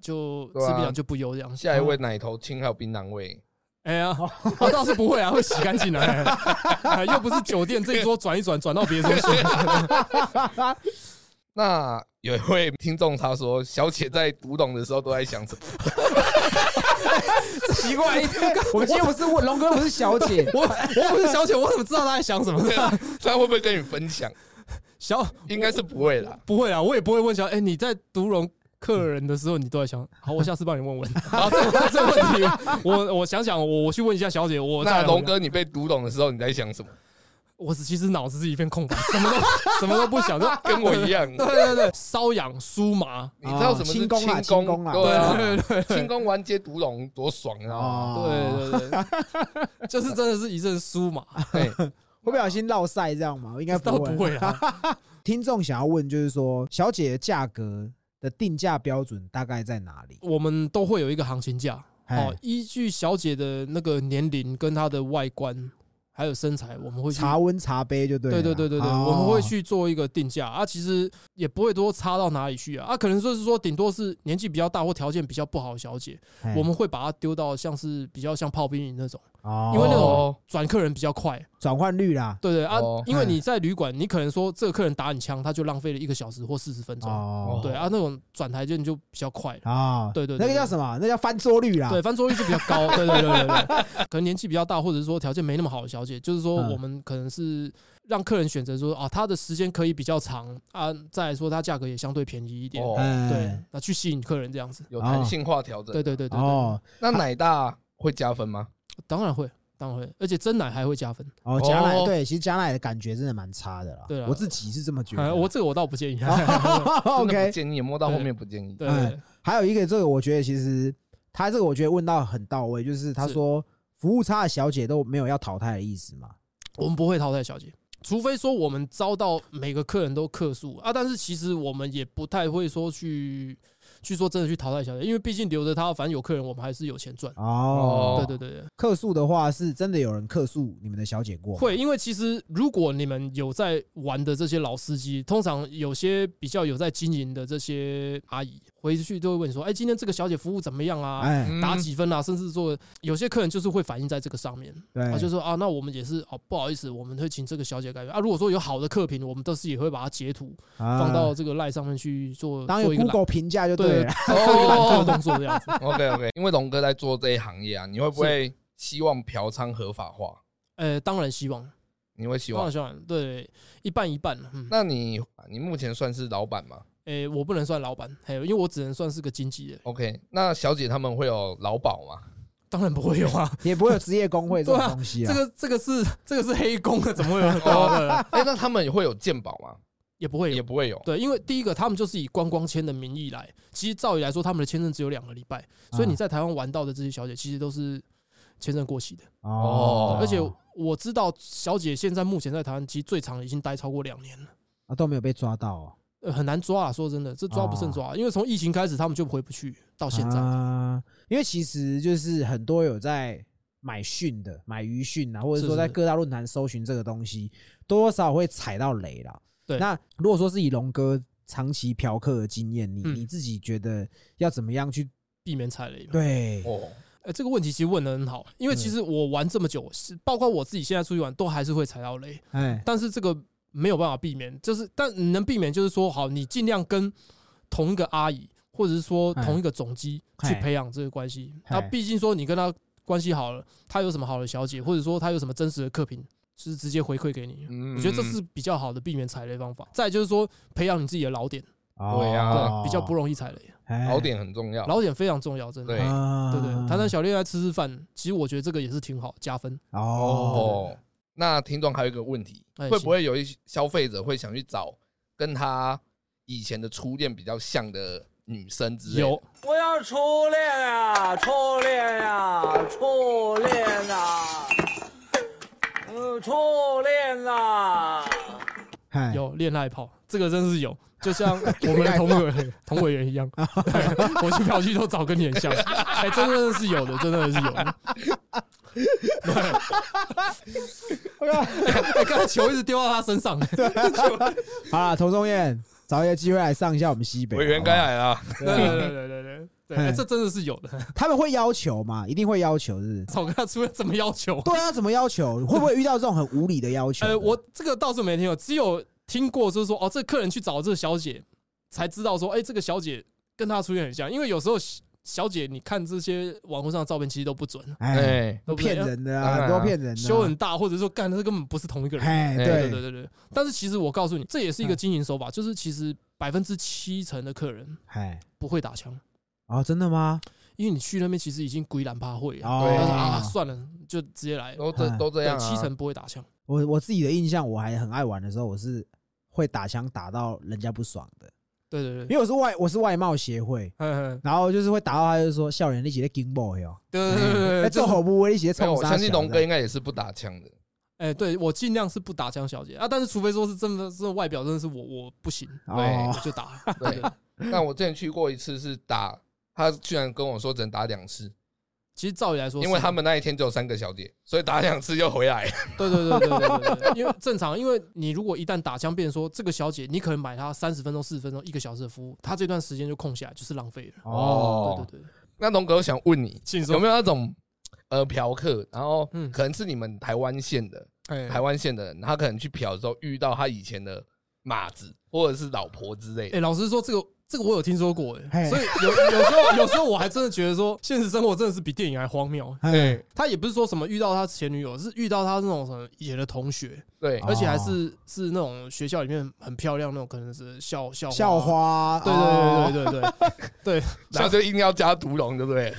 就吃
对啊
槟榔就不优这样。
下一位奶头青还有槟榔味，
哎呀，
哦
我倒是不会啊，会洗干净的，
[LAUGHS]
哎哎又不是酒店这一桌转一转转到别桌
[LAUGHS]
去。
那有一位听众他说，小姐在读懂的时候都在想什
[LAUGHS]
么？
奇怪， [LAUGHS] 我们今天不是问龙哥，不是小姐
我我不是小姐，我怎么知道她在想什么？
她会不会跟你分享？
小
应该是不会啦。
不会啊，我也不会问小哎，你在读容客人的时候，你都在想。好，我下次帮你问
[LAUGHS]
问。好，这个这个问题，我我想想，我我去问一下小姐。我再
那
来
龙
回答
哥，你被读懂的时候你在想什么？
我只其实脑子是一片空白，什么都什么都不想，
[LAUGHS]
就
跟我
[LAUGHS]
一样，
对对对，瘙痒、酥麻，
你知道什么是
哦轻功啦轻功啦
对啊，
对对
轻功完接毒龙多爽啊！
哦，
对对对，就是真的是一阵酥嘛，
对，
会不小心落晒这样嘛？应该
倒
不
不
会。
会啊。
听众想要问就是说，小姐的价格的定价标准大概在哪里？
我们都会有一个行情价
哎
哦，，依据小姐的那个年龄跟她的外观还有身材，我们会去。
茶温茶杯就对了
对
啦。
对对对对，
哦
我们会去做一个定价啊，其实也不会多差到哪里去啊，啊，可能就是说顶多是年纪比较大或条件比较不好的小姐，
嘿
我们会把她丢到像是比较像炮兵营那种，
哦
因为那种
哦
转客人比较快。
转换率啦，
对对啊
哦，
哎
因为你在旅馆，你可能说这个客人打你枪，他就浪费了一个小时或四十分钟。
哦，
对啊，那种转台就你就比较快。
啊，
对对对
那个叫什么？那叫翻桌率啦。
对，翻桌率就比较高， [LAUGHS] 对对对对对，可能年纪比较大，或者是说条件没那么好的小姐，就是说
嗯
我们可能是让客人选择说啊，她的时间可以比较长啊，再来说它价格也相对便宜一点，
哦
哎，
对，那去吸引客人这样子，
有弹性化调整。
对对对对对，
哦
那奶大会加分吗？
当然会，当然会，而且真奶还会加分，
哦，假奶
哦
对，其实假奶的感觉真的蛮差的啦。
对啊
我自己是这么觉
哎
得。
我这个我倒
[LAUGHS]
不建议，
真的
OK，
不建议，摸到后面不建议。
对对对
还有一个，这个我觉得其实他这个我觉得问到很到位，就是他
是
说服务差的小姐都没有要淘汰的意思嘛。
我们不会淘汰小姐，除非说我们遭到每个客人都客诉啊。但是其实我们也不太会说去去说真的去淘汰小姐，因为毕竟留着她，反正有客人我们还是有钱赚。
哦，
对对
哦
对对，
客诉的话是真的有人客诉你们的小姐过吗，
会，因为其实如果你们有在玩的这些老司机，通常有些比较有在经营的这些阿姨，回去都会问说：“哎，今天这个小姐服务怎么样啊？
哎，
嗯
打几分啊？”甚至说有些客人就是会反映在这个上面。
对，
啊，就说啊，那我们也是哦，不好意思，我们会请这个小姐改变啊。如果说有好的客评，我们都是也会把它截图放
放
到这个赖上面去做
啊当一
做一
个
个揽
Google 评价就对
对
了。 [LAUGHS]
做一个揽客的
哦
动作这样子。
，OK OK，因为 [LAUGHS] 龙哥在做这一行业啊，你会不会希望嫖娼合法化？
呃，当然希望，
你会希
啊
当
望
然？希望，对，一半一半。嗯，
那你你目前算是老板吗
诶，我不能算老板，嘿，因为我只能算是个经纪人，
？OK，那小姐他们会有劳保吗？
[LAUGHS] 当然不会有啊。
也不会有职业工会这
对
种
啊
东西
这
啊。
个这个是这个是黑工的，怎么会有哦？
哎，那他们会有健保吗？
[LAUGHS] 也不会
也
有。
不会有。
对，因为第一个，他们就是以观光签的名义来，其实照理来说，他们的签证只有两个礼拜，
啊
所以你在台湾玩到的这些小姐，其实都是签证过期的。
哦
哦，
而且我知道小姐现在目前在台湾，其实最长已经待超过两年了。
啊都没有被抓到哦，
呃，很难抓啊！说真的，这抓不胜抓、因为从疫情开始，他们就回不去，到现在，
啊，因为其实就是很多有在买讯的、买鱼讯啊，或者
是
说
是
在
是
各大论坛搜寻这个东西，多多少少会踩到雷啦。
对
那如果说是以龙哥长期嫖客的经验，你
嗯
你自己觉得要怎么样去
避免踩雷嘛。
对？
哦，
呃，这个问题其实问的很好，因为
嗯
其实我玩这么久，是包括我自己现在出去玩，都还是会踩到雷。
哎，
但是这个没有办法避免，就是但你能避免就是说，好，你尽量跟同一个阿姨，或者是说
哎
同一个总机
哎
去培养这个关系。
哎
那毕竟说你跟他关系好了，他有什么好的小姐，或者说他有什么真实的客品，是直接回馈给你。
嗯
我觉得这是比较好的避免踩雷方法。再就是说，培养你自己的老点，
对啊
哦
对，比较不容易踩雷。
哎
老点很重要。
老点非常重要，真的。
对
对
对
对，谈谈小恋爱，吃吃饭，其实我觉得这个也是挺好，加分。
哦，
哦，那听众还有一个问题，
哎
会不会有一些消费者会想去找跟他以前的初恋比较像的女生之类的？
有，
我要初恋呀、初恋呀、初恋呐、嗯，初恋呐、
哎，
有恋爱炮，这个真是有，就像我们的同委同委员一样，对我去票区都找跟你很像，哎、真的是有的，真的是有的。哎，刚才球一直丢到他身上，
好啦，童仲彦，找一个机会来上一下我们西北。
委员
好不
该
啊
好
来
对
了，
对对对对对对，哎这真的是有的。
他们会要求嘛？一定会要求，是不是？
草哥他出了怎么要求？
对啊，怎么要求？会不会遇到这种很无理的要求的？
呃，我这个倒是没听过，只有听过就是说，哦，这客人去找这个小姐，才知道说，哎、这个小姐跟她出现很像，因为有时候小小姐你看这些网络上的照片，其实都不准。
哎，
哎，
都骗人的
当然
啊，
啊
很多骗人的啊，
修很大，或者说干这根本不是同一个人。
哎，
哎
对
对，
对
嗯
对对。但是其实我告诉你，这也是一个经营手法，就是其实百分之七成的客人
哎，
不会打枪，
哦，真的吗？
因为你去那边其实已经鬼懒趴会啊，
对
他说
哦，
啊算了，就直接来。
都这
哎
都这
啊对
样，啊
七。成不会打枪，
我我自己的印象，我还很爱玩的时候，我是会打枪打到人家不爽的，
对对
因
对。
为我是外我是外貌协会，
嗯，
然后就是会打到他，就是说笑脸你起在 game boy 哦，
对对对
哎
对，
做
就
好不威，你起在
没有
冲
我
杀。
相信龙哥应该也是不打枪的。
哎，对我尽量是不打枪小姐啊，但是除非说是真的，真的外表真的是我我不行，
哦
我，就打。
对，那我之前去过一次是打，他居然跟我说只能打两次，
其实照理来说是，
[LAUGHS] 因为他们那一天只有三个小姐，所以打两次又回来。 [LAUGHS]
对对对对对对对，因为正常，因为你如果一旦打枪，变成说这个小姐，你可能买她三十分钟、四十分钟、一个小时的服务，她这段时间就空下来，就是浪费了。
哦，
对对对，
那龙哥，我想问你，
请
有
说。
没有那种呃嫖客，然后
嗯
可能是你们台湾县的
哎
台湾县的人，他可能去嫖的时候遇到他以前的马子或者是老婆之类
哎、
的。
老实说，这个这个我有听说过、哎，
嘿
所以有有时候有时候我还真的觉得说，现实生活真的是比电影还荒谬。
哎，
他也不是说什么遇到他前女友，是遇到他那种什么以前的同学，
对，
哦
而且还是是那种学校里面很漂亮那种，可能是校校
校
花。
花，
对
哦
对对对对对，
然后就硬要加独龙，对不对？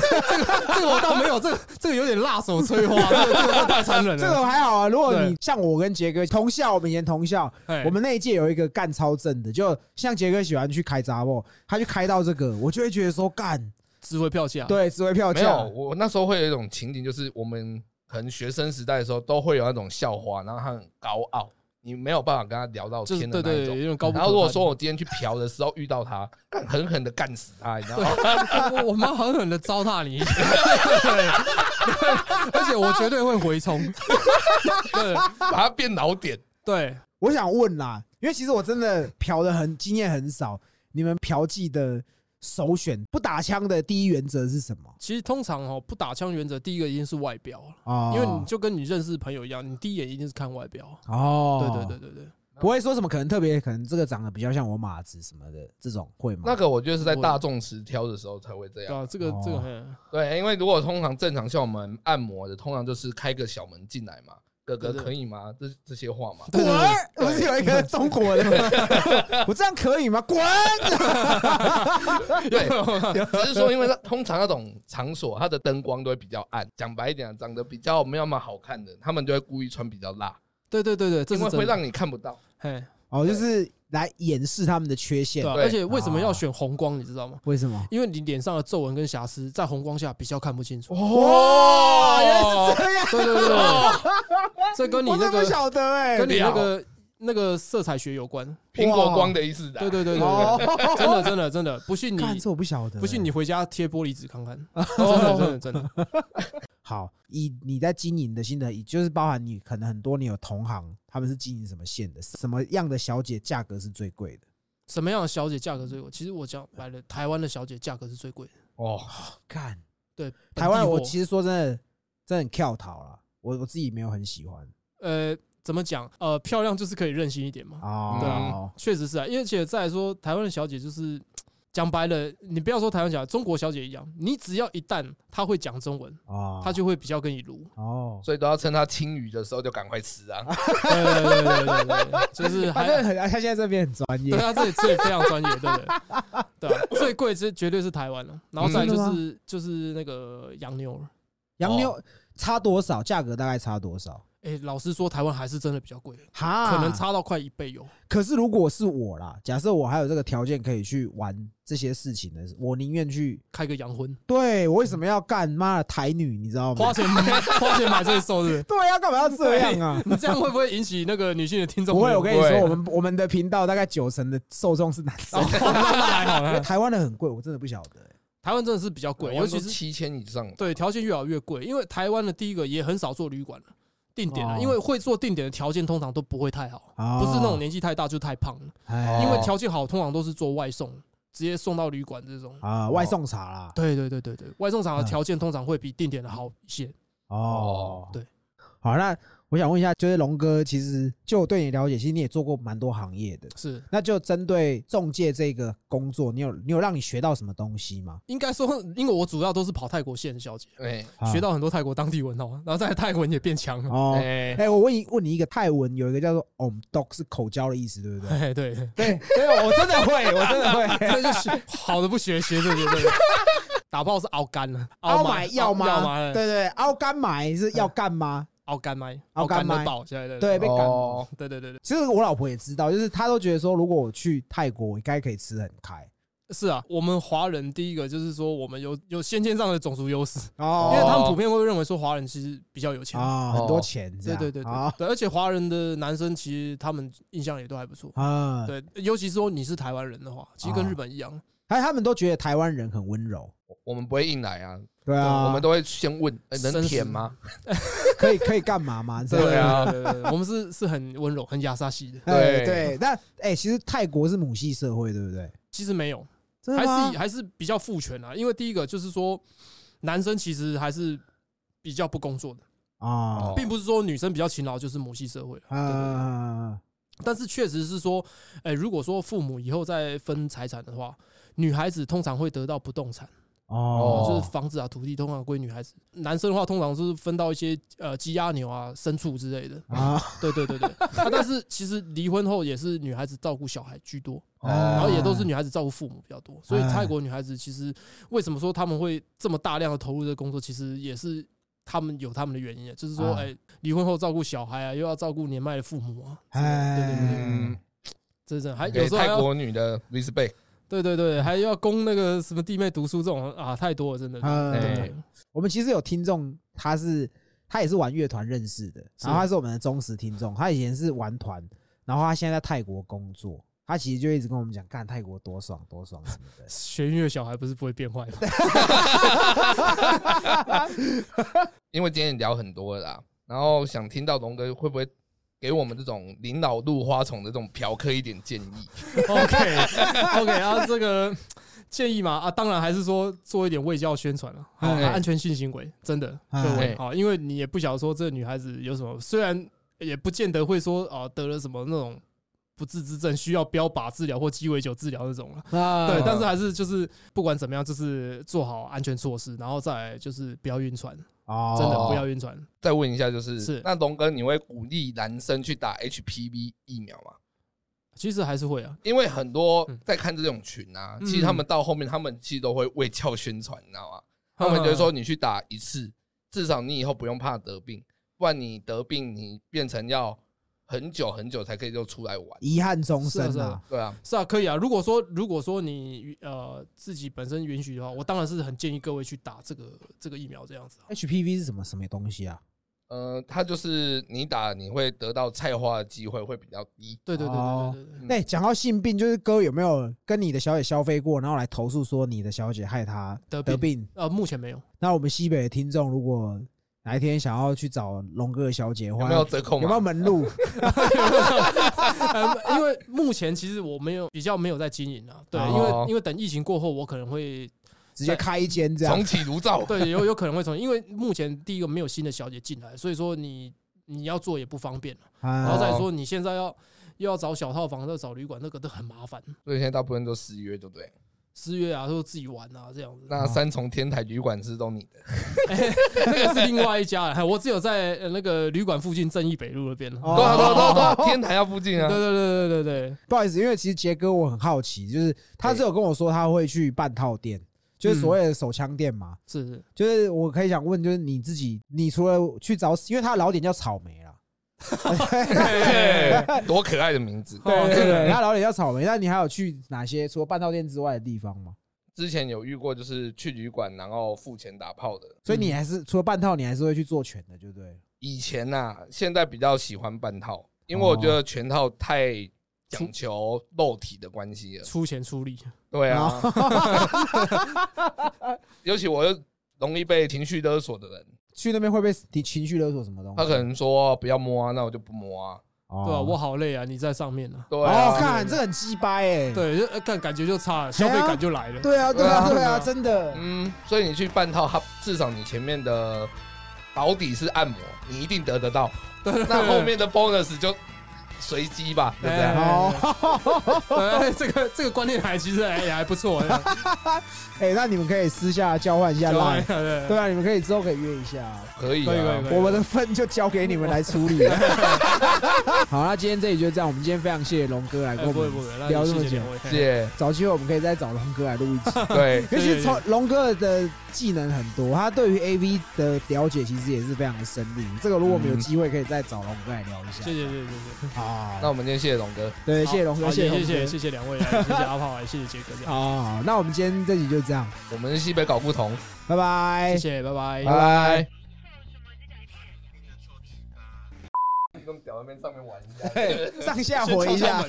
这个我倒没有，这个这个有点辣手摧花，这个 [LAUGHS] 这个太残忍
这
了。
种还好啊。如果
对
你像我跟杰哥同校，我们以前同校，
哎
我们那一届有一个干超正的，就像杰哥喜欢去开杂货，他就开到这
[LAUGHS]
个，我就会觉得说干，
值回票价。
对，只会
哦
票
没有，
价，
我那时候会有一种情景，就是我们可能学生时代的时候都会有那种校花，然后他很高傲，你没有办法跟他聊到
就是
天的
对
那一
对，
种
有。点高不可攀。
然后如果说我今天去嫖的时候遇到他，干狠狠的干死他，你知
[LAUGHS]
道吗？
我我妈狠狠的糟蹋你，对 [LAUGHS] 而且我绝对会回 [LAUGHS] 冲。对
把他变老点。
对，
我想问啦，因为其实我真的嫖的很经验很少，你们嫖妓的首选不打枪的第一原则是什么
其实通常哦，不打枪原则第一个一定是外表了，
啊？
因为你就跟你认识的朋友一样，你第一眼一定是看外表。啊
哦，
对对对，对对，
不会说什么可能特别，可能这个长得比较像我马子什么的这种会吗？
那个我觉得是在大众时挑的时候才会这
对
样。
啊，这个这个
哦
很
对，因为如果通常正常像我们按摩的，通常就是开个小门进来嘛，哥哥
对对
可以吗？这这些话嘛。
滚
对对对！
不是有一个中国人吗？
[LAUGHS]
我这样可以吗？滚！
[LAUGHS]
对， [LAUGHS] 只是说，因为它通常那种场所，它的灯光都会比较暗。讲白一点啊，长得比较没有那么好看的，他们就会故意穿比较辣，
对对对对，这
因
是
为
真
会
的。
让你看不到。
嘿，
哦，就是来掩饰他们的缺陷
对啊，
对
而且为什么要选红光，你知道吗？
为什么？
因为你脸上的皱纹跟瑕疵在红光下比较看不清楚。
哇，哦原来是这样，
哦对对对对，这跟你
我
那
真不
个
晓得哎。
跟你那个那个色彩学有关。
[LAUGHS] 苹果光的意思的啊，
对对对对
[LAUGHS]
对，
哦，
真的真的真的，不信你
干这我不晓得，
不信你回家贴玻璃纸
[LAUGHS]
看看，真的真的真的。
好，以你在经营的心得，以就是包含你可能很多你有同行，他们是经营什么线的，什么样的小姐价格是最贵的？
什么样的小姐价格最贵？其实我讲白了，台湾的小姐价格是最贵的。
哦，
干，
对，
台湾我
实
其实说真的，真的很跳逃啦，我我自己没有很喜欢
呃怎么讲？呃，漂亮就是可以任性一点嘛。对
哦
啊，确实是啊，因为而且再来说，台湾的小姐就是。讲白了，你不要说台湾小姐，中国小姐一样，你只要一旦她会讲中文，
哦，
她就会比较跟你撸。
哦，
所以都要趁他青鱼的时候就赶快吃啊。
对对对对对对对，就是
他
还
真的很，他现在这边很专业
对，啊，这里这里非常专业，对不对？对啊，最贵是绝对是台湾了，然后再来就
嗯
是、就是那个洋妞了。
洋妞差多少？价格大概差多少？
哎、老实说，台湾还是真的比较贵，
哈，
可能。差到快一倍有。
可是如果是我啦，假设我还有这个条件可以去玩这些事情的，我宁愿去。
开个洋荤，
对我为什么要干妈的台女？你知道吗
花？钱花钱买罪受是不是？
对啊，干嘛要这样
[LAUGHS]
啊？
你这样会不会引起那个女性的听众
不
朋
会，
友？
我跟你说，
不会
我们我们的频道大概九成的受众是男
[LAUGHS]
生，
哦那那还好
因为
呢。
台湾的很贵，我真的不晓得欸。
台湾真的是比较贵，尤其是
七千以上。
对条件越来越贵，因为台湾的第一个也很少做旅馆了。定点了，
哦
啊因为会做定点的条件通常都不会太好，
哦
[LAUGHS] 不是那种年纪太大就太胖了。
哎
因为条件好，通常都是做外送，直接送到旅馆这种。
啊，外送茶啦。
对对对对对，外送场的
嗯
条件通常会比定点的好一些。
哦，
对。
好，那我想问一下，就是龙哥，其实就我对你了解，其实你也做过蛮多行业的。
是，
那就针对中介这个工作，你有你有让你学到什么东西吗？
应该说，因为我主要都是跑泰国线的小姐，
哎
啊
学到很多泰国当地文哦，然后在泰文也变强 [LAUGHS] 了。
哦。
哎，
哎，我问你问你一个泰文，有一个叫做 “om dog” 是口交的意思，对不对？
哎， [LAUGHS] 对，
对，对，我真的会， [LAUGHS] 我真的会。啊
那就学好的不学，学着学着 [LAUGHS] 打炮是熬干
[LAUGHS]
了，
要
买
买要
吗？
吗？
熬
对对，凹干买是要干吗？
熬干麦，
熬干麦
的爆，对对
对，被赶。
哦，
对对对对，
其实我老婆也知道，就是她都觉得说，如果我去泰国，我应该可以吃得很开
是啊，我们华人第一个就是说，我们有有先天上的种族优势，因
哦
为他们普遍会认为说华人其实比较有钱，
啊，很多钱这
对
样，
对对对
啊
对，而且华人的男生其实他们印象也都还不错。
啊，
对，尤其是说你是台湾人的话，其实跟
啊
日本一样，
还有他们都觉得台湾人很温柔，
我们不会硬来啊，
对啊，
我们都会先问哎能
绅士
舔吗？
可以可以干嘛嘛？
对
对
对啊
对对对对我们是是很温柔、很亚萨系的。
对
对
对，那哎，其实泰国是母系社会，对不对？
其实没有，
[LAUGHS] 真
还
的吗
是以还是比较父权啊。因为第一个就是说，男生其实还是比较不工作的，
啊
并不是说女生比较勤劳就是母系社会了。
啊
但是确实是说，哎，如果说父母以后再分财产的话，女孩子通常会得到不动产，
哦
就是房子啊、土地通常归女孩子；男生的话，通常是分到一些呃鸡鸭牛啊、牲畜之类的。
啊，
对对
[LAUGHS]
对对，啊，但是其实离婚后也是女孩子照顾小孩居多，然
啊
后也都是女孩子照顾父母比较多，所以
哎
泰国女孩子其实为什么说他们会这么大量的投入这个工作，其实也是他们有他们的原因，就是说，
哎
哎，离婚后照顾小孩啊，又要照顾年迈的父母啊，
哎
对对对对，
嗯，
这真的还有
给
时候还
泰
要
国女的 respect，
对对对，还要供那个什么弟妹读书这种啊，太多了，真的。
呃
对。
哎
我们其实有听众，他是他也是玩乐团认识的，然后他是我们的忠实听众，他以前是玩团，然后他现在在泰国工作，他其实就一直跟我们讲，干泰国多爽多爽什么的
学音乐的小孩不是不会变坏吗？
因为今天也聊很多了啦，然后想听到龙哥会不会给我们这种领导入花丛的这种嫖客一点建议？
OK OK 啊，这个建议嘛啊，当然还是说做一点卫教宣传了、啊，
哎
安全性行为真的
哎
各位啊，因为你也不晓得说这女孩子有什么，虽然也不见得会说啊得了什么那种不治之症，需要标靶治疗或鸡尾酒治疗那种了。
啊
对，但是还是就是不管怎么样，就是做好安全措施，然后再来就是不要晕船，
哦
真的不要晕船。
再问一下，就是
是
那龙哥，你会鼓励男生去打 HPV 疫苗吗？
其实还是会啊，
因为很多
嗯
在看这种群啊，
嗯
其实他们到后面，他们其实都会为教宣传，你知道吗？他
嗯
们就会说，你去打一次，至少你以后不用怕得病，不然你得病，你变成要很久很久才可以就出来玩。
遗憾终
是啊
生
是
啊
啊！
对啊，
是啊，可以啊。如果说如果说你呃自己本身允许的话，我当然是很建议各位去打这个这个疫苗这样子啊。
HPV 是什么什么东西啊？
呃，它就是你打，你会得到菜花的机会会比较低。
对对对
哦
对对对对。
嗯
那讲到性病，就是哥有没有跟你的小姐消费过，然后来投诉说你的小姐害她
得病
得病？
呃，目前没有， [LAUGHS]
那我们西北的听众如果哪一天想要去找龙哥的小姐的话，
有没有折扣
有没有
吗？
门路？
呃因为目前其实我没有比较没有在经营啊，对，因
哦
为因为等疫情过后，我可能会
直接开一间这样
重？启炉
[LAUGHS]
灶。
对有有可能会从，因为目前第一个没有新的小姐进来，所以说你你要做也不方便啊
啊
然后再说你现在要又要找小套房，再找旅馆，那个都很麻烦，
所以现在大部分都失约，对不对？
私约啊，说自己玩啊这样子。
哦
那三重天台旅馆是都你的，
那个是另外一家了，我只有在呃那个旅馆附近正义北路那边了。
哦
对啊对啊对啊对
[LAUGHS]
啊，天台要附近
对
啊。
对对对对对，
不好意思，因为其实杰哥我很好奇，就是他只有跟我说他会去半套店，就是所谓的手枪店嘛。
是是。
就是我可以想问，就是你自己，你除了去找，因为他的老点叫草莓啦，
嘿 [LAUGHS] 多可爱的名字！
哦
对
真的
对，他的老点叫草莓。那你还有去哪些除了半套店之外的地方吗？
之前有遇过，就是去旅馆然后付钱打炮的。
所以你还是除了半套，你还是会去做全的，就对了。
以前呐、现在比较喜欢半套，因为
哦
我觉得全套太讲求肉体的关系了。
出钱出力，
对啊， [LAUGHS] 尤其我又容易被情绪勒索的人，
去那边会被情情绪勒索什么东西？
他可能说不要摸啊，那我就不摸呃啊。
哦
对吧、我好累啊，你在上面啊，
对
哦，
啊，
看这很鸡掰哎。
对，就呃感感觉就差了，消费感就来了。
对啊，对啊，
对啊
对啊，真的。
嗯，所以你去半套，他至少你前面的保底是按摩，你一定得
[LAUGHS]
得到。那后面的 bonus 就随机吧，就这样。
哎
好， [LAUGHS]
对，哎这个这个观念还其实哎也还不
[LAUGHS]
错，哎
哎，那你们可以私下交换一下
对
line。
对
对啊，你们可以之后可以约一下啊，
可以、啊，
可以可以可以
我们的份就交给你们来处
[LAUGHS]
理。好，那今天这里就这样，我们今天非常谢谢龙哥来
哎
跟
不
我
会
们
不会，那
聊这
谢
么
谢
久
两位，哎
谢
找机会我们可以再找龙哥来录
[LAUGHS]
一集，
谢，对，
因为其实
对对对
从龙哥的技能很多，他对于 AV 的了解其实也是非常的深入。这个如果我们有
嗯
机会可以再找龙哥来聊一下
谢。谢谢谢谢
好，
那我们今天谢谢龙哥，
对，
谢，
谢谢龙哥，
好
谢
也谢
谢
谢
龙
谢谢两位，哎谢谢阿炮，哎谢谢杰哥，这
哥。
样
好，哦那我们今天这集就这样，
我们是西北搞不同，
拜拜
谢。谢，拜拜
拜。拜。
上下回一下。